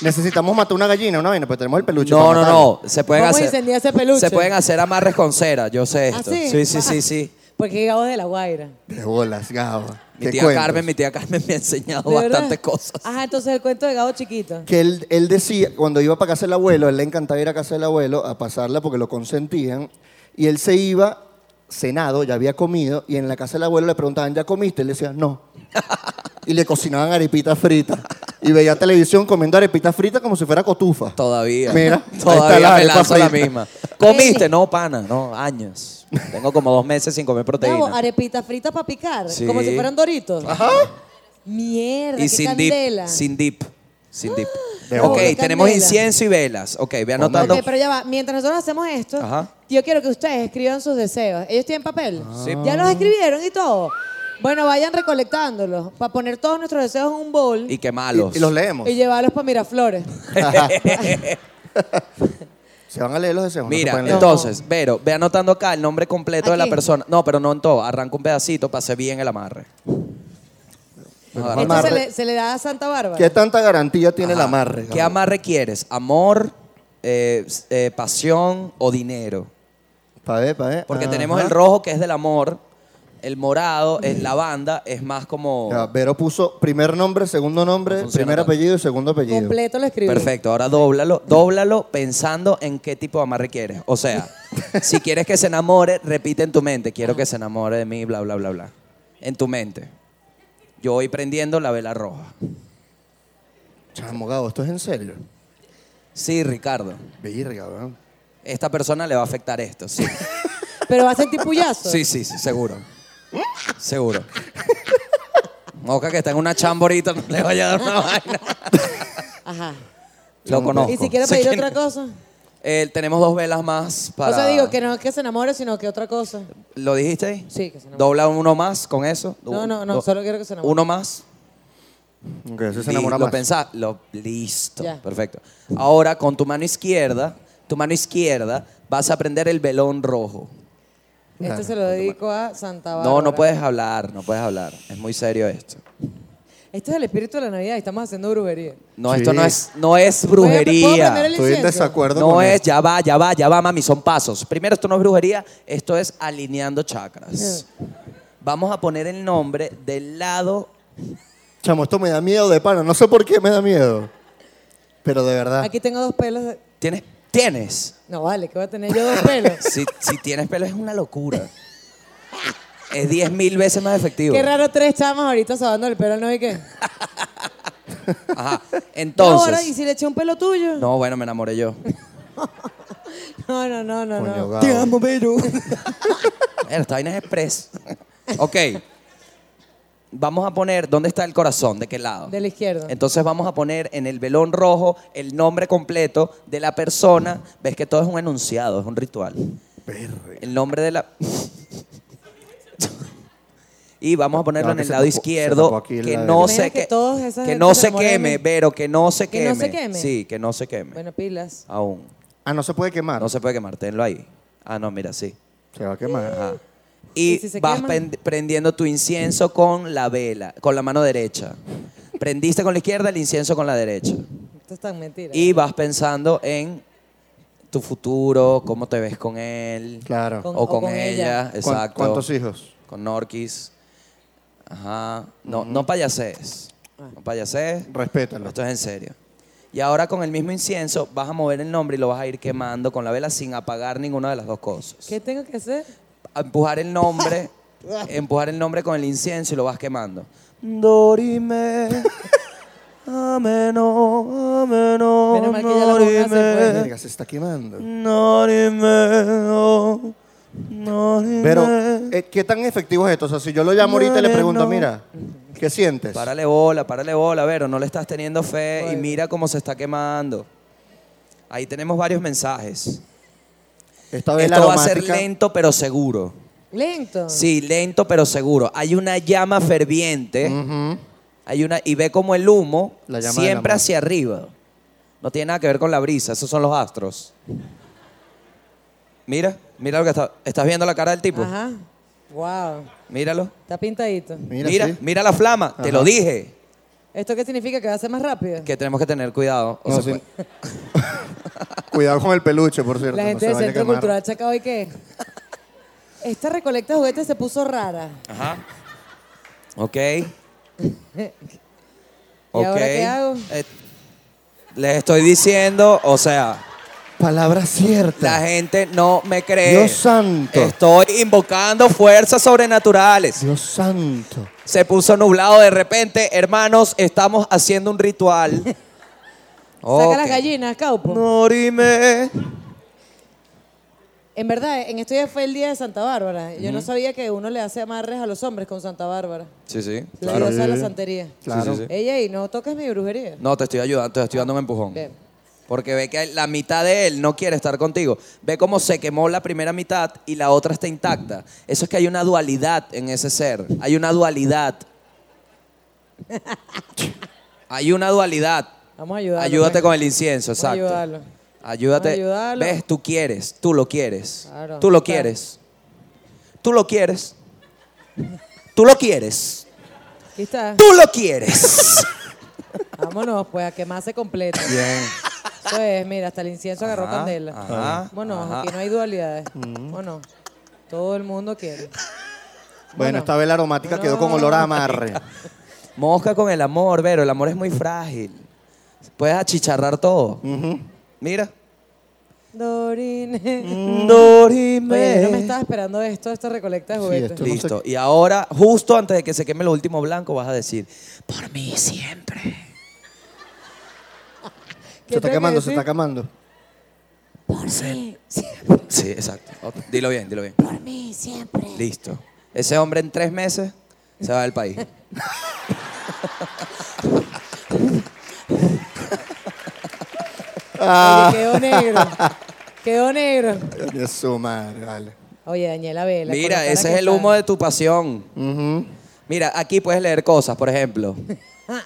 S4: necesitamos matar una gallina, una vaina, pues tenemos el peluche.
S2: No,
S4: para
S2: no,
S4: matarlo.
S2: no. Se pueden
S1: Vamos a
S2: hacer.
S1: incendiar ese peluche.
S2: Se pueden hacer amarres con cera, yo sé
S1: ¿Ah,
S2: esto.
S1: sí?
S2: sí, sí, sí, sí.
S4: <laughs>
S1: Porque Gabo es de la Guaira.
S4: De bolas, Gabo.
S2: Mi
S4: ¿Qué
S2: tía
S4: cuentos?
S2: Carmen, mi tía Carmen me ha enseñado
S1: ¿De verdad? Ah.
S2: bastantes cosas.
S1: Ajá, entonces el cuento de Gabo chiquito.
S4: que él, él decía, cuando iba para casa del abuelo, a él le encantaba ir a casa del abuelo a pasarla porque lo consentían, y él se iba cenado, ya había comido, y en la casa del abuelo le preguntaban, ¿ya comiste? Él decía, no.
S2: <laughs>
S4: Y le cocinaban arepitas fritas. Y veía televisión comiendo arepitas fritas como si fuera cotufa.
S2: Todavía. <laughs>
S4: Mira, ahí está
S2: todavía
S4: la
S2: me
S4: arepa
S2: lanzo la
S4: frita.
S2: misma. ¿Comiste? No, pana, no, años. Tengo como dos meses sin comer proteína.
S1: Gabo, arepitas fritas para picar.
S2: Sí.
S1: Como si fueran doritos.
S4: Ajá.
S1: Mierda,
S2: y
S1: qué
S2: sin
S1: candela.
S2: dip, sin dip,
S1: <gasps>
S2: sin dip.
S4: De
S2: ok,
S1: bola.
S2: tenemos
S1: Candela.
S2: incienso y velas. Ok, ve anotando.
S1: Ok, pero ya va. Mientras nosotros hacemos esto,
S2: Ajá. Ah.
S1: yo quiero que ustedes escriban sus deseos. Ellos tienen papel.
S2: Sí.
S1: Ya los escribieron y todo. Bueno, vayan recolectándolos para poner todos nuestros deseos en un bowl
S2: Y
S1: y,
S2: quemalos.
S4: Y, y los leemos.
S1: llevarlos para Miraflores.
S4: Se van a leer los deseos. no se
S2: Mira,
S4: pueden leer.
S2: entonces, Vero, ve anotando acá el nombre completo de la
S1: Aquí.
S2: persona. No, pero no en todo. Arranca un pedacito para hacer bien el amarre. Vamos a
S1: Esto
S2: ver.
S4: Amarre.
S1: se le, se le da a Santa Bárbara.
S4: ¿Qué tanta garantía tiene el
S2: Ajá.
S4: amarre?
S2: ¿Qué
S4: Gabo?
S2: amarre quieres? ¿Amor, eh, s- eh, pasión o dinero?
S4: Pa' ver, pa' ver.
S2: Porque
S4: Ajá.
S2: tenemos el rojo que es del amor, el morado es lavanda, es más como...
S4: Ya, Vero puso primer nombre, segundo nombre,
S2: funciona
S4: primer
S2: tanto.
S4: apellido y segundo apellido.
S1: Completo lo escribí.
S2: Perfecto, ahora dóblalo, dóblalo pensando en qué tipo de amarre quieres.
S1: <laughs>
S2: O sea, si quieres que se enamore, repite en tu mente, quiero que se enamore de mí, bla, bla, bla, bla. En tu mente. Yo voy prendiendo la vela roja.
S4: Chamo, Gabo, esto es en serio.
S2: Sí, Ricardo.
S4: Virga, weón.
S2: Esta persona le va a afectar esto, sí.
S1: Pero va a sentir puyazo.
S2: <laughs> Sí, sí, sí, seguro. Seguro. Moca que está en una chamba ahorita, no le vaya a dar una vaina.
S1: Ajá.
S2: Lo conozco.
S1: Y si quiere
S2: Sé
S1: pedir
S2: quién
S1: otra
S2: es.
S1: cosa.
S2: Eh, tenemos dos velas más para...
S1: O sea, digo que no es que se enamore, sino que otra cosa.
S2: ¿Lo dijiste ahí?
S1: Sí, que se enamore.
S2: Dobla uno más con eso.
S1: No, no, no,
S2: Do-
S1: solo quiero que se enamore.
S2: Uno más.
S4: Ok, ese se
S2: Li-
S4: enamora
S2: lo
S4: más.
S2: pensá- lo- listo.
S1: Ya.
S2: Perfecto. Ahora, con tu mano izquierda, tu mano izquierda, vas a prender el velón rojo.
S1: Este se lo dedico a Santa Bárbara.
S2: No, no puedes hablar, no puedes hablar. Es muy serio esto.
S1: Esto Este es el espíritu de la Navidad y estamos haciendo brujería.
S2: No,
S4: Sí.
S2: esto no es, no es
S1: ¿Puedo- puedo
S2: brujería.
S1: prender el
S4: Estoy en
S1: incienso?
S4: desacuerdo
S2: No
S4: con
S2: es,
S4: esto.
S2: ya va, ya va, ya va, mami, son pasos. Primero, esto no es brujería, esto es alineando chakras.
S1: Eh.
S2: Vamos a poner el nombre del lado.
S4: Chamo, esto me da miedo de pana. No sé por qué me da miedo. Pero de
S2: Ah.
S4: verdad.
S1: Aquí tengo dos pelos. de-
S2: ¿Tienes? ¿Tienes?
S1: No vale, que voy a tener yo dos pelos.
S2: <laughs> Si, si tienes pelo es una locura. Es 10 mil veces más efectivo.
S1: Qué raro tres chamas ahorita sabando el pelo al novio y qué.
S2: Ajá.
S1: Ahora, ¿y
S2: Entonces.
S1: si le eché un pelo tuyo?
S2: No, bueno, me enamoré yo.
S1: <laughs> No, no, no, no.
S4: Coño,
S1: no.
S2: <laughs>
S4: Gabo.
S2: pero. Esta vaina es express. Ok. vamos a poner, ¿dónde está el corazón? ¿De qué lado?
S1: De la izquierda.
S2: Entonces vamos a poner en el velón rojo el nombre completo de la persona. Ves que todo es un enunciado, es un ritual. El nombre de la... <laughs> y vamos a ponerlo
S4: No,
S2: en
S4: que
S2: el
S4: se
S2: lado
S4: tapó- se tapó
S2: izquierdo.
S4: aquí el
S2: que
S4: labio.
S2: no
S1: ¿Te
S2: se,
S1: imaginas que
S2: que-
S1: todos esa
S2: que
S1: gente
S2: no
S1: se
S2: se
S1: mueren?
S2: queme, pero que no se
S1: ¿Que
S2: queme.
S1: no se queme?
S2: Sí, que no se queme.
S1: Bueno, pilas.
S2: Aún.
S4: Ah, no se puede quemar.
S2: No se puede quemar, tenlo ahí. Ah, no, mira, sí.
S4: Se va a quemar.
S1: Mm.
S4: Ah,
S2: Ajá. Y,
S1: ¿Y si se
S2: vas
S1: quema?
S2: pen- prendiendo tu incienso con la vela, con la mano derecha. Prendiste con la izquierda, el incienso con la derecha.
S1: Esto es tan mentira.
S2: Y vas pensando en tu futuro, cómo te ves con él.
S4: Claro.
S1: Con-
S2: o,
S1: o
S2: con
S1: con ella.
S2: ella.
S4: ¿Cuán-
S2: exacto.
S4: ¿Cuántos hijos?
S2: Con Norquis. Ajá. No, no payasees.
S1: Ah.
S2: No payasees.
S4: Respétalo.
S2: Esto es en serio. Y ahora con el mismo incienso vas a mover el nombre y lo vas a ir quemando con la vela sin apagar ninguna de las dos cosas.
S1: ¿Qué tengo que hacer?
S2: A empujar el nombre, empujar el nombre con el incienso y lo vas quemando. Dorime. Ameno, ameno,
S1: Menos mal que ya la boca se fue.
S4: Verga, se está quemando.
S2: Dorime, dorime.
S4: Pero, eh, ¿qué tan efectivo es esto? O sea, si yo lo llamo ahorita y le
S2: No,
S4: pregunto,
S2: no.
S4: mira, ¿qué sientes?
S2: Párale bola, párale bola, Vero, no le estás teniendo fe y mira cómo se está quemando. Ahí tenemos varios mensajes.
S4: Esta vela
S2: Esto va a ser
S4: aromática-
S2: lento pero seguro.
S1: Lento.
S2: Sí, lento pero seguro. Hay una llama ferviente.
S4: Mm.
S2: Hay una y ve como el humo
S4: La llama del
S2: siempre
S4: amor.
S2: hacia arriba. No tiene nada que ver con la brisa, esos son los astros. Mira, mira lo que está, estás viendo la cara del tipo.
S1: Ajá. Wow.
S2: Míralo.
S1: Está pintadito.
S4: Mira,
S2: mira,
S4: sí.
S2: mira la flama, te lo dije.
S1: ¿Esto qué significa? ¿Que va a ser más rápido?
S2: Que tenemos que tener cuidado. O
S4: No,
S2: sea,
S4: sí. <laughs> Cuidado con el peluche, por cierto.
S1: La
S4: no
S1: gente
S4: se
S1: del
S4: vaya a
S1: Centro
S4: quemar.
S1: Cultural Chacao y
S2: <laughs>
S1: qué. Esta recolecta de juguetes se puso rara.
S2: Ajá.
S1: <laughs>
S2: Ok.
S1: ¿Y ahora qué hago?
S2: Eh, les estoy diciendo, o sea,
S4: Palabra cierta.
S2: la gente no me cree.
S4: Dios santo.
S2: Estoy invocando fuerzas sobrenaturales.
S4: Dios santo.
S2: Se puso nublado de repente. Hermanos, estamos haciendo un
S1: <laughs>
S2: ritual.
S1: Saca
S2: Ok.
S1: las gallinas, Caupo.
S2: Norime.
S1: En verdad, en esto ya fue el día de Santa Bárbara. Yo no sabía que uno le hace amarres a los hombres con Santa Bárbara.
S2: Sí, sí.
S1: La
S2: claro.
S1: diosa de la santería.
S4: Claro.
S2: sí.
S1: Ella, y no toques mi brujería.
S2: No, te estoy ayudando, te estoy dando un empujón.
S1: Bien.
S2: Porque ve que la mitad de él no quiere estar contigo. Ve cómo se quemó la primera mitad y la otra está intacta. Eso es que hay una dualidad en ese ser. Hay una
S1: <laughs>
S2: dualidad. hay una dualidad.
S1: Vamos a ayudarlo.
S2: Ayúdate
S1: pues.
S2: con el incienso,
S1: Vamos a
S2: exacto.
S1: ayudarlo.
S2: Ayúdate.
S1: Vamos a ayudarlo.
S2: Ves, tú quieres, tú lo quieres.
S1: Claro.
S2: Tú lo
S1: Está.
S2: quieres. Tú lo quieres. Tú lo quieres.
S1: Aquí está.
S2: Tú lo
S1: <laughs>
S2: quieres.
S1: Vámonos, pues, a quemarse completo.
S4: Bien.
S1: Eso es, mira, hasta el incienso agarró
S2: Ajá,
S1: candela.
S2: ajá,
S1: Vámonos,
S2: ajá.
S1: aquí no hay dualidades.
S4: Mm.
S1: Bueno, todo el mundo quiere.
S4: Bueno, esta vela aromática quedó con olor a <laughs> amarre.
S2: Mosca con el amor, Vero. El amor es muy frágil. Puedes achicharrar todo. Mira.
S4: Mm.
S1: Dorine.
S2: Dorime.
S1: Mm. Oye, yo no me estaba esperando esto, esta recolecta de
S4: Sí,
S1: juguetes.
S4: esto-
S2: Listo. Y ahora, justo antes de que se queme lo último blanco, vas a decir, por mí siempre.
S4: Se
S1: tengo
S4: está
S1: que
S4: quemando, se
S1: decir?
S4: está quemando.
S2: Por siempre. Sí, exacto. Ok, Dilo bien, dilo bien.
S1: Por mí, siempre.
S2: Listo. Ese hombre en tres meses se va del
S1: <laughs>
S2: país.
S1: Oye, quedó negro.
S4: Ah.
S1: quedó negro.
S4: Dios su madre, vale.
S1: Oye, Daniela Vela. con la
S2: Mira,
S1: cara
S2: ese
S1: que
S2: es el
S1: está-
S2: humo de tu pasión. Mira, aquí puedes leer cosas, por ejemplo.
S1: Ah,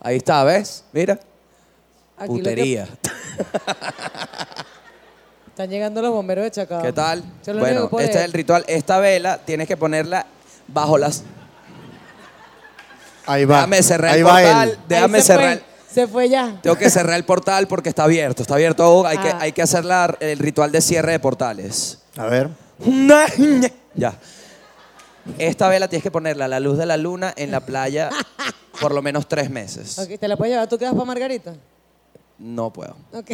S2: Ahí está, ¿ves? Mira.
S1: Aquí lo que-
S2: Putería.
S1: Están llegando los bomberos de Chacao.
S2: ¿Qué tal?
S1: Yo lo único
S2: Bueno,
S1: que puedo
S2: este es
S1: leer.
S2: el ritual. Esta vela tienes que ponerla bajo las.
S4: Ahí va.
S2: Déjame cerrar
S4: Ahí
S2: el
S4: va
S2: portal.
S4: él.
S2: Déjame
S1: Ahí se fue,
S2: cerrar.
S1: Se fue ya.
S2: Tengo que cerrar el portal porque está abierto. Está abierto aún. Hay, que,
S1: Ah.
S2: hay que hacer la- el ritual de cierre de portales.
S4: A ver.
S1: <laughs>
S2: Ya. Esta vela tienes que ponerla a la luz de la luna en
S1: <laughs>
S2: la playa por lo menos tres meses.
S1: Ok, ¿Te la puedes llevar? ¿Tú quedas para Margarita?
S2: No puedo. <laughs>
S1: Ok.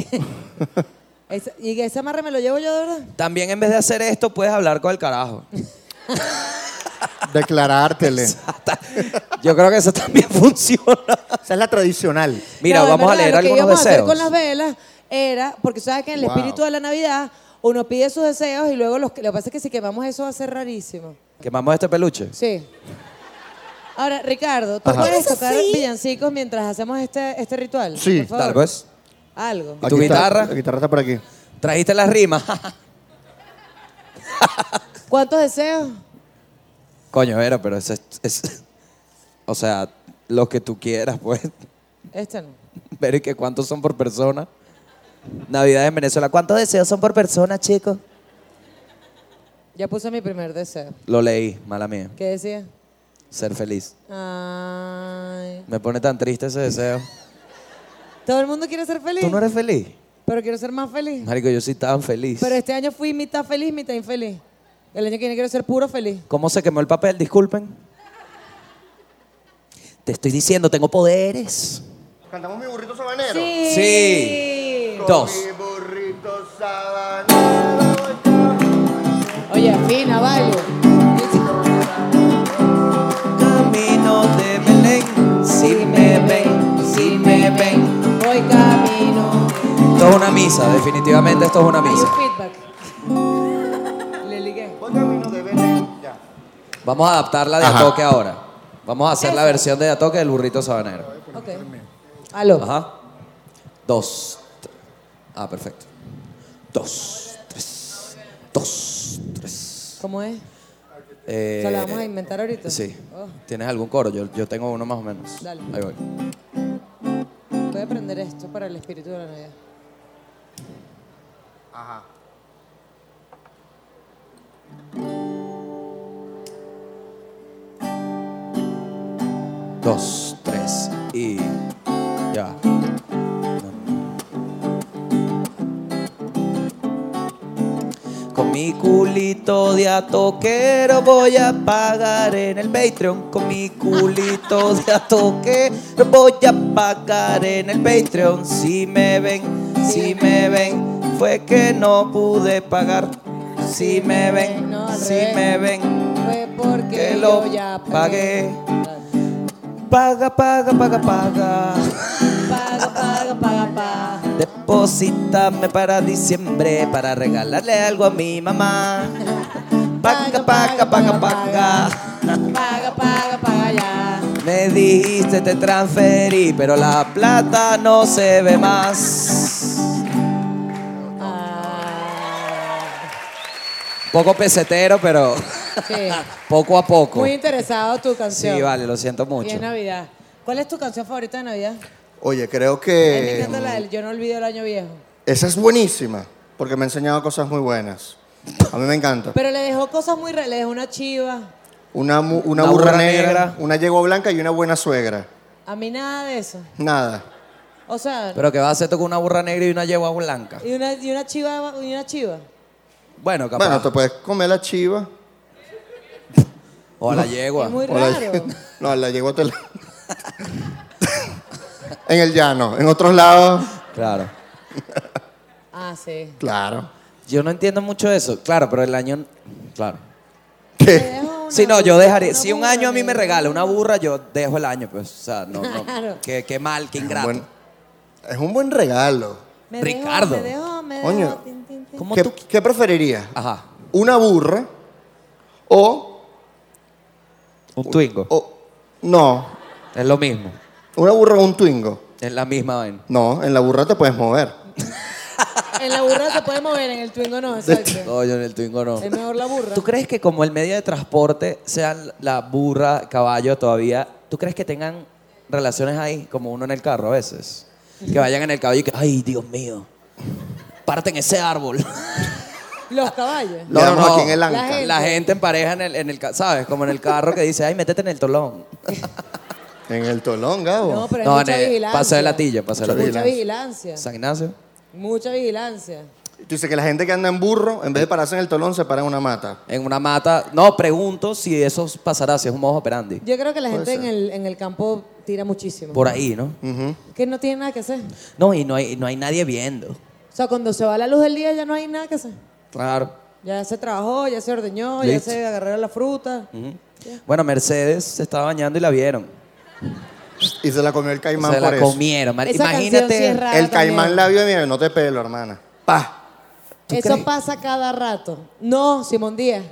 S1: Esa- ¿Y ese amarre me lo llevo yo de verdad?
S2: También en vez de hacer esto, puedes hablar con
S1: <laughs>
S2: el carajo.
S4: Declarártele. Esa
S2: Yo creo que eso también <laughs> funciona.
S4: es la tradicional.
S2: Mira,
S1: No, en
S2: vamos a
S1: verdad,
S2: leer
S1: lo que
S2: algunos
S1: íbamos
S2: deseos.
S1: a hacer con las velas era, porque sabes que en el
S4: Wow.
S1: espíritu de la Navidad uno pide sus deseos y luego los, lo que pasa es que si quemamos eso va a ser rarísimo.
S2: Quemamos este peluche.
S1: Sí. Ahora, Ricardo, ¿tú
S4: Ajá.
S1: puedes
S5: ¿Eres
S1: tocar
S5: así?
S1: villancicos mientras hacemos este, este ritual?
S4: Sí.
S1: Por favor.
S2: Dale, pues.
S1: Algo.
S2: ¿Y tu
S4: Aquí está,
S2: guitarra?
S4: La guitarra está por aquí.
S2: Trajiste las rimas. <laughs>
S1: ¿Cuántos deseos?
S2: Coño, Vera, pero ese es, es- O sea, lo que tú quieras, pues. <laughs>
S1: Este no.
S2: Ver que cuántos son por persona. Navidad en Venezuela. ¿Cuántos deseos son por persona, chicos?
S1: Ya puse mi primer deseo.
S2: Lo leí, mala mía.
S1: ¿Qué decía?
S2: Ser feliz.
S1: Ay.
S2: Me pone tan triste ese deseo.
S1: Todo el mundo quiere ser feliz,
S2: ¿Tú no eres feliz?
S1: pero quiero ser más feliz.
S2: Marico, yo sí tan feliz.
S1: Pero este año fui mitad feliz, mitad infeliz. El año que viene quiero ser puro feliz.
S2: ¿Cómo se quemó el papel? Disculpen. Te estoy diciendo, tengo poderes.
S4: ¿Cantamos mi burrito sabanero?
S2: Sí. Dos.
S4: burrito sabanero.
S1: Oye, fina, vale.
S2: Camino de Belén, si me ven, si me ven.
S1: Voy camino.
S2: Esto es una misa, definitivamente esto es una
S1: Hay un
S2: misa.
S1: feedback. Le ligué.
S2: Vamos a adaptarla de Atoque ahora. Vamos a hacer la versión de Atoque del burrito sabanero.
S1: Ok. Aló.
S2: Ajá. Dos. t- Ah, perfecto. Dos, tres. Dos, tres.
S1: ¿Cómo es?
S2: Eh,
S1: O sea, la vamos a inventar ahorita.
S2: Sí.
S1: Oh,
S2: ¿Tienes algún coro? Yo, yo tengo uno más o menos.
S1: Dale.
S2: Ahí voy.
S1: voy a aprender esto para el espíritu de la Navidad.
S2: Dos, tres y ya. Con mi culito de atoquero voy a pagar en el Patreon. Con mi culito de atoquero voy a pagar en el Patreon. Si me ven, si me ven, fue que no pude pagar. Si me ven,
S1: No, al
S2: si
S1: revés.
S2: me ven.
S1: Fue porque
S2: Que lo
S1: yo ya pagué.
S2: Paga, paga, paga, paga.
S1: Paga, paga, paga, paga.
S2: Deposítame para diciembre para regalarle algo a mi mamá. Paga, paga, paga, paga.
S1: Paga, paga, paga ya.
S2: Me dijiste te transferí, pero la plata no se ve más.
S1: Ah,
S2: Poco pesetero, pero
S1: sí.
S2: poco a poco.
S1: Muy interesado tu canción.
S2: Sí, vale, lo siento
S1: Y
S2: mucho.
S1: es Navidad. ¿Cuál es tu canción favorita de Navidad?
S4: Oye, creo
S2: Eh.
S1: A mí me
S4: que
S1: encanta la del Yo no olvido el año viejo.
S4: esa es buenísima, porque me ha enseñado cosas muy buenas. A mí me encanta.
S1: Pero le dejó cosas muy... re- Le dejó una chiva.
S4: Una, mu- una
S2: Una
S4: burra,
S2: burra
S4: negra,
S2: negra.
S4: una yegua blanca y una buena suegra.
S1: A mí nada de eso.
S4: Nada.
S1: O sea,
S2: Pero que va a hacer tú con una burra negra y una yegua blanca.
S1: y, una, y una chiva... Y una chiva.
S2: Bueno, capaz.
S4: Bueno, te puedes comer la chiva.
S2: o a la yegua.
S1: Es muy
S4: o la-
S2: <laughs>
S1: raro.
S4: <laughs> no, la yegua te la... <laughs> en el llano. En otros lados,
S2: Claro.
S1: Ah, sí.
S4: claro.
S2: Yo no entiendo mucho eso. Claro, pero el año. Claro.
S1: Le
S4: ¿Qué?
S1: dejo una-
S2: Si no, yo dejaré.
S1: una
S2: Si un
S1: burra
S2: año a mí me
S1: negra.
S2: regala una burra, yo dejo el año, pues. O sea, no, no.
S1: <laughs> Claro.
S2: Qué, qué mal, qué ingrato.
S4: Bueno, es un buen regalo.
S1: Me dejó,
S2: Ricardo.
S1: me dejó, me dejó,
S4: Coño.
S1: tin, tin, tin.
S2: ¿Cómo
S4: ¿Qué,
S2: tú?
S4: qué preferirías?
S2: Ajá.
S4: ¿Una burra o,
S2: Un twingo.
S4: o- No.
S2: Es lo mismo.
S4: ¿Una burra o un twingo?
S2: Es la misma vaina.
S4: No, en la burra te puedes mover.
S1: En la burra se puede mover, en el twingo no, exacto.
S2: No, yo en el twingo no.
S1: Es mejor la burra.
S2: ¿Tú crees que como el medio de transporte sean la burra, caballo todavía, ¿tú crees que tengan relaciones ahí como uno en el carro a veces? Que vayan en el caballo y que, ay, Dios mío, parten ese árbol.
S1: Los caballos.
S4: Le damos aquí en el anca.
S1: La gente.
S2: La gente en pareja en el, en el ca- ¿sabes? Como en el carro que dice, ay, métete en el tolón.
S4: En el tolón, Gabo.
S1: No, pero es
S2: No,
S1: mucha
S2: en el-
S1: vigilancia.
S2: paseo de latilla, paseo de
S1: Mucha
S4: latilla.
S1: vigilancia.
S2: San Ignacio.
S1: Mucha vigilancia.
S4: Tú dices que la gente que anda en burro, en vez de pararse en el tolón, se para en una mata.
S2: En una mata. No, pregunto si eso pasará, si es un modo operandi.
S1: Yo creo que la gente
S4: ser.
S1: en el, en el campo tira muchísimo.
S2: Por ahí, ¿no?
S4: Mm.
S1: Que no tiene nada que hacer. O
S2: No, y no hay, y no hay nadie viendo.
S1: sea, cuando se va la luz del día ya no hay nada que hacer.
S2: Claro.
S1: Ya se trabajó, ya se ordeñó, ya
S2: Listo.
S1: se agarraron la fruta.
S2: Bueno, Mercedes se estaba bañando y la vieron.
S4: Y se la comió el caimán
S2: se
S4: por
S2: la
S4: eso.
S2: comieron. mar-
S1: Esa canción sí
S2: Imagínate.
S1: es rara. también.
S4: El caimán la vio y me dijo, no te pelo, hermana. Pa.
S1: Eso
S2: crees?
S1: pasa cada rato. No, Simón Díaz.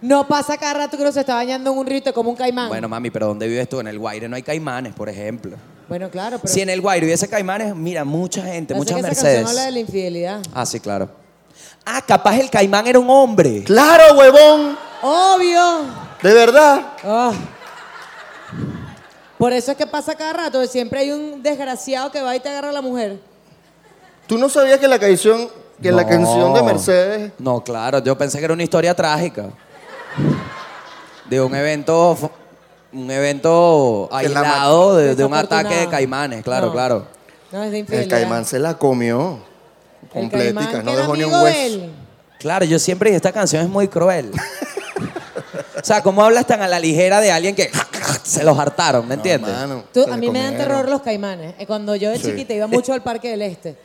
S1: No pasa cada rato que uno se está bañando en un río y te como un caimán.
S2: Bueno, mami, pero ¿dónde vives tú? En el Guaire no hay caimanes, por ejemplo.
S1: Bueno, claro, pero.
S2: Si en el Guaire hubiese caimanes, mira, mucha gente,
S1: Pasa
S2: muchas
S1: que esa canción
S2: Mercedes.
S1: habla de la infidelidad.
S2: Ah, sí, claro. Ah, capaz el caimán era un hombre.
S4: Claro, huevón,
S1: Obvio.
S4: de verdad.
S1: Ah. Por eso es que pasa cada rato. Siempre hay un desgraciado que va y te agarra a la mujer.
S4: ¿Tú no sabías que la canción, que la
S2: No.
S4: canción de Mercedes
S2: No, claro, yo pensé que era una historia trágica. De un evento, fu- un evento
S4: Que la
S2: aislado, de, de un
S1: Desafortunado.
S2: ataque de caimanes, claro,
S1: No.
S2: claro.
S1: No, es de
S4: El
S1: infidelidad.
S4: caimán se la comió.
S1: El
S4: Completica,
S1: caimán
S4: no
S1: que era
S4: dejó ni un
S1: amigo de
S4: hueso.
S1: él.
S2: Claro, yo siempre dije, esta canción es muy cruel. o sea, ¿cómo hablas tan a la ligera de alguien que <laughs> se los hartaron, ¿me entiendes?
S4: Mano,
S1: Tú-
S4: se le
S1: a mí me dan
S4: comieron.
S1: terror los caimanes. Eh, Cuando yo de chiquita iba
S4: <laughs>
S1: mucho al Parque del Este.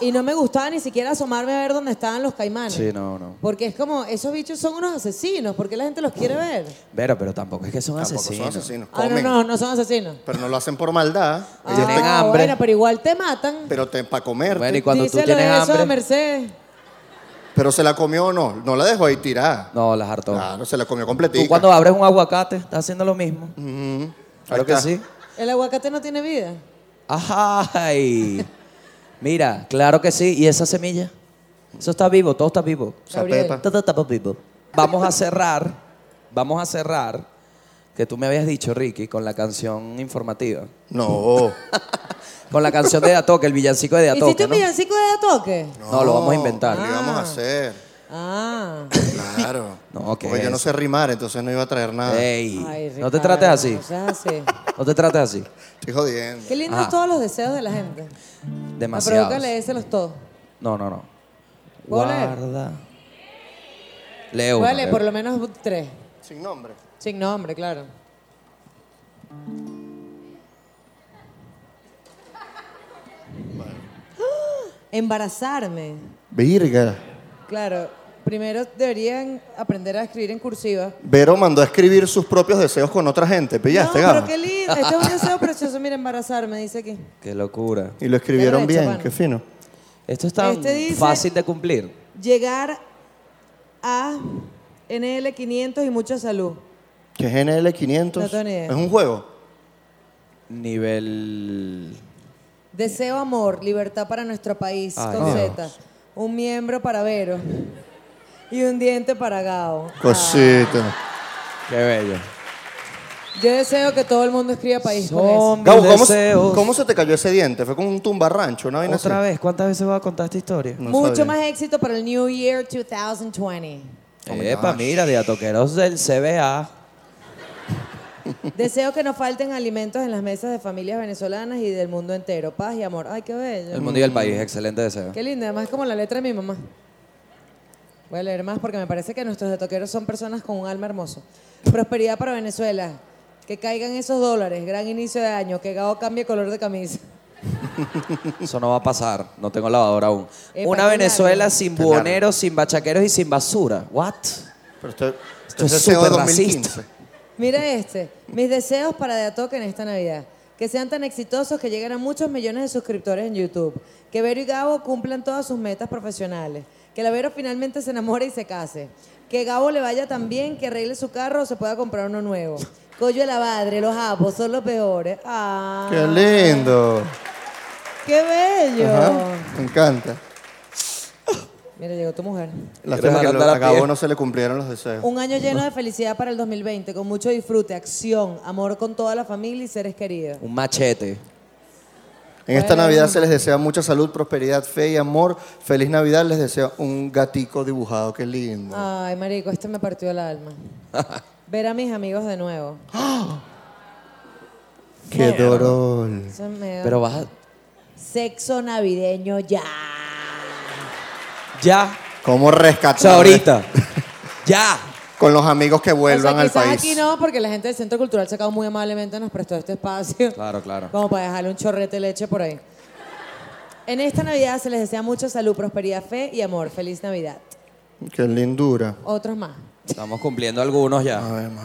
S1: Y no me gustaba ni siquiera asomarme a ver dónde estaban los caimanes.
S2: Sí, no, no.
S1: Porque es como, esos bichos son unos asesinos. ¿Por qué la gente los quiere ver?
S2: Pero, pero tampoco es que son
S4: Tampoco son
S2: asesinos.
S4: asesinos,
S1: Ah, no,
S4: comen.
S1: no, no son asesinos.
S4: Pero no lo hacen por maldad,
S1: Ah,
S2: Ellos tienen hambre.
S1: Bueno, pero igual te matan.
S4: pero te, para comer.
S2: Bueno, y cuando tú
S1: Díselo
S2: tienes
S1: eso a
S2: hambre.
S1: Mercedes.
S4: Pero se la comió o no. No la dejó ahí tirada.
S2: No, las hartó.
S4: Claro, se la comió
S2: Tú
S4: completita.
S2: cuando abres un aguacate, estás haciendo lo mismo. Claro
S4: Ahí
S2: que
S4: está.
S2: sí.
S1: El aguacate no tiene vida.
S2: ¡Ay! Mira, claro que sí. ¿Y esa semilla? Eso está vivo, todo está vivo.
S4: Esa
S1: Gabriel.
S4: pepa.
S2: Todo está vivo. Vamos a cerrar, vamos a cerrar, que tú me habías dicho, Ricky, con la canción informativa.
S4: No.
S2: Con la canción de Datoque, el villancico de
S1: ¿Hiciste
S2: Datoque,
S1: un
S2: ¿no?
S1: villancico de toque?
S2: No, lo vamos a inventar.
S4: Lo íbamos a hacer.
S1: Ah.
S4: <laughs> Claro.
S2: No, ¿qué
S4: Porque yo
S2: es?
S4: no sé rimar, entonces no iba a traer nada.
S2: Ey,
S1: Ah. Ay,
S2: no te
S1: Ricardo,
S2: trates así.
S1: no seas así.
S2: No te trates así.
S4: Estoy jodiendo.
S1: Qué lindos
S2: Ajá.
S1: todos los deseos de la gente.
S2: Demasiado.
S1: Aprovechale, léeselos todos.
S2: No, no, no.
S1: ¿Puedo leer?
S2: Guarda. eh, Leo.
S1: Vale, por lo menos tres.
S4: Sin nombre.
S1: Sin nombre, claro. ¡Ah! Embarazarme.
S4: Virga.
S1: Claro, primero deberían aprender a escribir en cursiva.
S4: Vero mandó a escribir sus propios deseos con otra gente. ¿Pillaste,
S1: no,
S4: Gabo?
S1: pero qué lindo. Este es un deseo precioso. Mira, embarazarme, dice aquí.
S2: Qué locura.
S4: Y lo escribieron
S1: Qué recho,
S4: bien.
S1: mano.
S4: Qué fino.
S2: Esto es tan
S1: Este dice-
S2: fácil de cumplir.
S1: Llegar a NL500 y mucha salud.
S4: ¿Qué es NL500?
S1: No tengo ni idea.
S4: Es un juego.
S2: Nivel.
S1: Deseo amor, libertad para nuestro país,
S2: Ay,
S1: con
S2: Dios.
S1: Z. Un miembro para Vero y un diente para Gao.
S4: Cosita.
S2: Qué bello.
S1: Yo deseo que todo el mundo escriba país con eso.
S2: Son
S4: Gabo,
S2: mis
S4: ¿cómo, se-
S2: deseos.
S4: cómo se te cayó ese diente? ¿Fue con un tumbarrancho, una vaina
S2: ¿Otra
S4: así?
S2: vez? ¿Cuántas veces vas a contar esta historia?
S4: No
S1: Mucho
S4: sabía.
S1: más éxito para el New Year 2020.
S2: Epa, mira, de atoqueros del CBA.
S1: Deseo que no falten alimentos en las mesas de familias venezolanas y del mundo entero. Paz y amor. Ay, qué
S2: El
S1: bello.
S2: mundo y el país, excelente deseo.
S1: Qué lindo. Además, es como la letra de mi mamá. Voy a leer más porque me parece que nuestros detoqueros son personas con un alma hermoso. Prosperidad para Venezuela. Que caigan esos dólares. Gran inicio de año. Que Gao cambie color de camisa.
S2: Eso no va a pasar. No tengo lavadora aún.
S1: Epa,
S2: Una
S1: qué
S2: Venezuela
S1: largo.
S2: sin
S4: Qué largo.
S2: buhoneros, sin bachaqueros y sin basura. ¿What?
S4: Pero este,
S2: Esto es
S4: deseo
S2: súper racista.
S1: Mira este. Mis deseos para De Atoque en esta Navidad. Que sean tan exitosos que lleguen a muchos millones de suscriptores en YouTube. Que Vero y Gabo cumplan todas sus metas profesionales. Que la Vero finalmente se enamore y se case. Que Gabo le vaya tan bien que arregle su carro o se pueda comprar uno nuevo. Coyo de la madre, los apos son los peores. ¡Ah!
S4: Qué lindo.
S1: ¡Qué bello!
S4: Ajá, Me encanta.
S1: Mira, llegó tu mujer.
S4: Lástima
S2: Quiero
S4: que lo-
S2: jalar
S4: a
S2: la piel.
S4: Gabo no se le cumplieron los deseos.
S1: Un año lleno de felicidad para el 2020, con mucho disfrute, acción, amor con toda la familia y seres queridos.
S2: Un <laughs> machete.
S4: En esta Navidad se les desea mucha salud, prosperidad, fe y amor. Feliz Navidad. Les deseo un gatico dibujado. Qué lindo.
S1: Ay, marico, este me partió el alma. Ver a mis amigos de nuevo.
S4: Ah, Qué dolor.
S1: Eso me da-
S2: Pero vas a...
S1: Sexo navideño ya.
S2: Ya.
S4: ¿Cómo
S2: O sea,
S4: rescatar? <laughs>
S2: ahorita. ya.
S4: Con los amigos que vuelvan
S1: O sea,
S4: al
S1: quizás
S4: país.
S1: aquí no, porque la gente del Centro Cultural Sacado muy amablemente nos prestó este espacio.
S2: Claro, claro.
S1: Como para dejarle un chorrete de leche por ahí. En esta Navidad se les desea mucha salud, prosperidad, fe y amor. Feliz Navidad.
S4: Qué lindura.
S1: Otros más.
S2: Estamos cumpliendo algunos
S4: A
S2: ya.
S4: ver, a ver.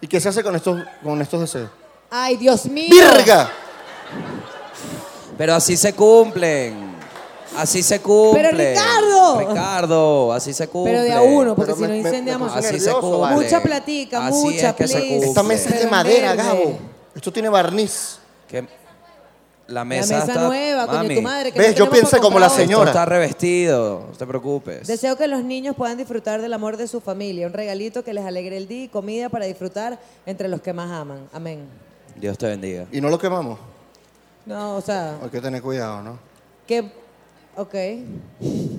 S4: ¿Y qué se hace con estos, con estos deseos?
S1: Ay, Dios mío.
S4: ¡Virga!
S2: Pero así se cumplen. Así se cumple.
S1: Ricardo.
S2: Ricardo, así se cumple.
S1: Pero de a uno, pues. porque
S4: Pero
S1: si
S4: me-
S1: no
S4: me- me
S1: incendiamos.
S4: puse
S2: Así se
S4: nervioso,
S2: cumple.
S4: vale.
S1: Mucha platica,
S2: Así
S1: mucha,
S2: es que se
S1: please.
S2: cumple.
S4: Esta mesa es de
S1: Pero
S4: madera,
S1: verde.
S4: Gabo. Esto tiene barniz.
S2: Que la
S1: La
S2: mesa,
S1: mesa
S2: está-
S1: nueva, coño, tu
S2: Mami,
S1: madre. Que
S4: ¿Ves?
S1: no
S4: Yo
S1: tenemos
S4: pienso
S1: para
S4: como la
S1: comprar hoy.
S4: señora.
S2: Esto está revestido, no te preocupes.
S1: Deseo que los niños puedan disfrutar del amor de su familia, un regalito que les alegre el día y comida para disfrutar entre los que más aman. Amén.
S2: Dios te bendiga. <laughs>
S4: Y no lo quemamos.
S1: No, o sea,
S4: Hay que tener cuidado, ¿no?
S1: que... Ok.
S4: Deseo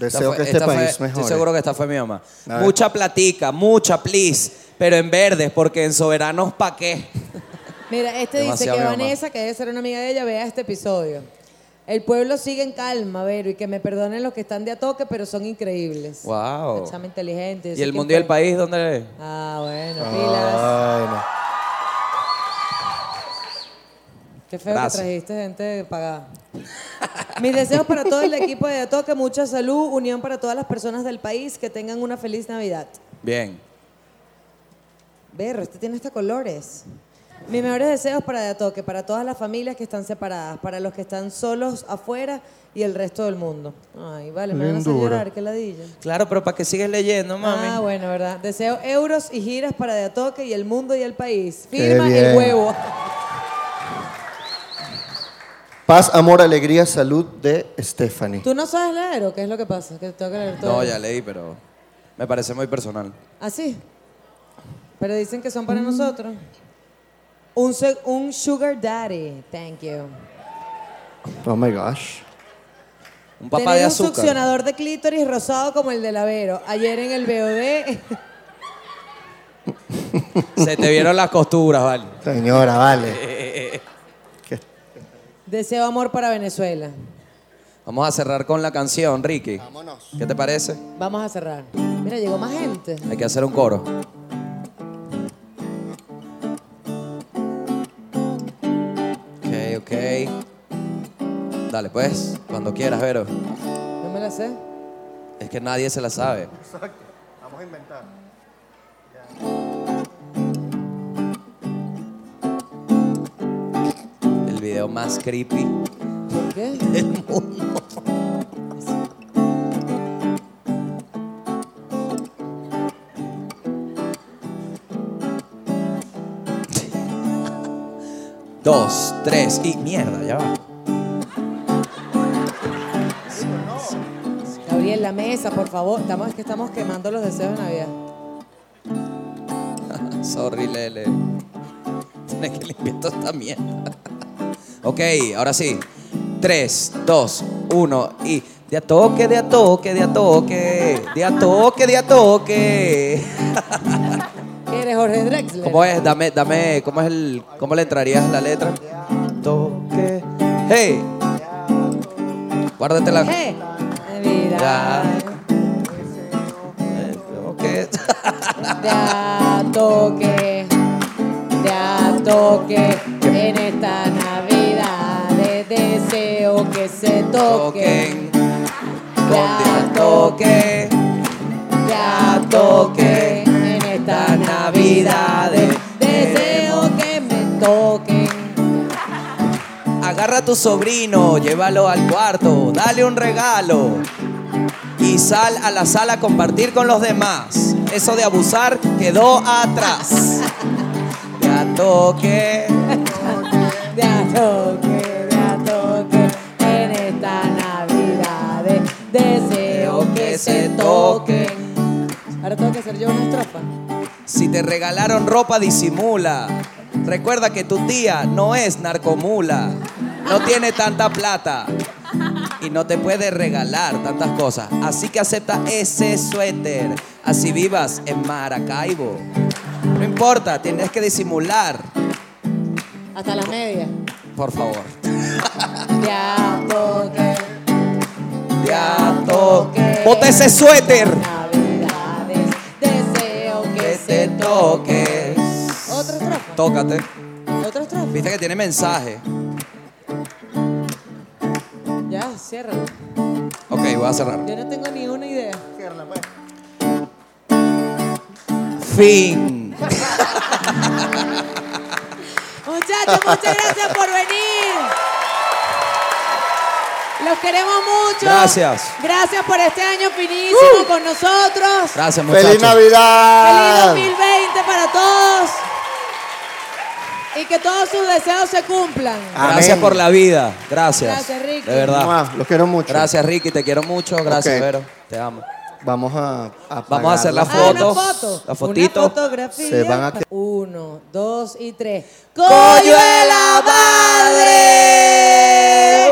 S2: Esta fue-
S4: que este
S2: esta fue-
S4: país
S2: Estoy
S4: mejore.
S2: seguro que esta fue mi mamá.
S4: A ver.
S2: Mucha platica, mucha please, pero en verdes, porque en soberanos pa' qué.
S1: Mira, este
S2: Demasiado
S1: dice
S2: mi
S1: que
S2: mamá.
S1: Vanessa, que debe ser una amiga de ella, vea este episodio. El pueblo sigue en calma, Vero, y que me perdonen los que están de a toque, pero son increíbles.
S2: Wow.
S1: La chama inteligente. yo
S2: ¿Y
S1: sé
S2: el
S1: quién
S2: mundial del
S1: fue.
S2: país dónde es?
S1: Ah, bueno, pilas.
S4: Ay, no.
S1: Qué feo
S2: Gracias.
S1: que trajiste gente pagada. Mis deseos para todo el equipo de Toque, mucha salud, unión para todas las personas del país, que tengan una feliz Navidad.
S2: Bien.
S1: Berro, este tiene hasta colores. Mis mejores deseos para De Toque, para todas las familias que están separadas, para los que están solos afuera y el resto del mundo. Ay, vale, me van a hacer llorar, qué ladilla.
S2: Claro, pero ¿para qué sigues leyendo, mami?
S1: Ah, bueno, ¿verdad? Deseo euros y giras para De Toque y el mundo y el país.
S4: Qué
S1: Firma el
S4: bien.
S1: huevo.
S4: Paz, amor, alegría, salud de Stephanie.
S1: ¿Tú no sabes leer o qué es lo que pasa? Que tengo que leer todo.
S2: No, ya leí, pero me parece muy personal.
S1: Así. Pero dicen que son para
S2: Mm.
S1: nosotros. Un, se- un sugar daddy. Thank you.
S4: Oh my gosh.
S2: Un papá
S1: Tener
S2: de
S1: un
S2: azúcar.
S1: succionador de clítoris rosado como el del Avero. Ayer en el BOD.
S2: Se te vieron las costuras, vale.
S4: Señora,
S2: Eh,
S4: vale.
S1: <laughs> Deseo amor para Venezuela.
S2: <laughs> Vamos a cerrar con la canción, Ricky.
S4: Vámonos.
S2: ¿Qué te parece?
S1: Vamos a cerrar. Mira, llegó más gente.
S2: Hay que hacer un coro. Ok, ok. Dale, pues, cuando quieras, Vero.
S1: No me la sé.
S2: Es que nadie se la sabe.
S4: Vamos a inventar.
S2: El video más creepy.
S1: ¿Por qué?
S2: Dos, tres y mierda, ya va.
S1: Gabriel, la mesa, por favor. Estamos, es que estamos quemando los deseos de Navidad.
S2: Sorry, Lele. Tienes que limpiar toda esta mierda. <laughs> ok, ahora sí. 3, 2, 1 y. De a toque, de a toque, de a toque. De a toque, de a toque.
S1: ¿Qué eres, Jorge Drexler?
S2: ¿Cómo es? Dame, dame. ¿Cómo es el. ¿Cómo le entrarías la letra? Toque. ¡Hey! Guárdatela.
S1: ¡Eh! Navidad.
S2: Toque. <laughs>
S1: De a toque, de a toque, en esta Navidad les deseo que se toquen,
S2: Toquen. Con de a toque.
S1: de a toque, en esta Navidad deseo que me toquen.
S2: Agarra a tu sobrino, llévalo al cuarto, dale un regalo y sal a la sala a compartir con los demás. Eso de abusar quedó atrás. De a toque,
S1: De a toque, de a toque, en esta Navidad deseo que se toquen. Ahora tengo que hacer yo una estrofa.
S2: si te regalaron ropa disimula. Recuerda que tu tía no es narcomula, no tiene tanta plata y no te puede regalar tantas cosas. Así que acepta ese suéter, así vivas en Maracaibo. No importa, tienes que disimular.
S1: Hasta las medias.
S2: Por favor.
S1: De a toque.
S2: Ya toque. Bota ese suéter.
S1: Navidades, deseo
S2: Que te toques.
S1: Otra estrofa.
S2: Tócate.
S1: Otra estrofa.
S2: Viste que tiene mensaje.
S1: Ya, cierra.
S2: Ok, voy a cerrar.
S1: Yo no tengo ni una idea.
S2: Fin.
S1: Muchachos, muchas gracias por venir. Los queremos mucho.
S2: Gracias. Uh.
S1: Gracias por este año finísimo con nosotros.
S2: Gracias, muchachos.
S4: ¡Feliz
S1: Feliz
S4: Navidad!
S1: 2020 para todos. Y que todos sus deseos se cumplan.
S2: Gracias
S4: Amén.
S2: por la vida. Gracias.
S1: Gracias, Ricky.
S2: De verdad.
S4: Mua, Los quiero mucho.
S2: Gracias, Ricky. Te quiero mucho. Gracias,
S4: Ok.
S2: Vero. Te amo.
S4: Vamos a, a
S2: Vamos a hacer la
S1: Ah,
S4: apagar
S1: una
S2: foto.
S1: foto.
S2: La fotito.
S1: Una fotografía.
S4: Se van a que-
S1: Uno, dos y tres.
S2: ¡Coño de la madre!
S1: <laughs>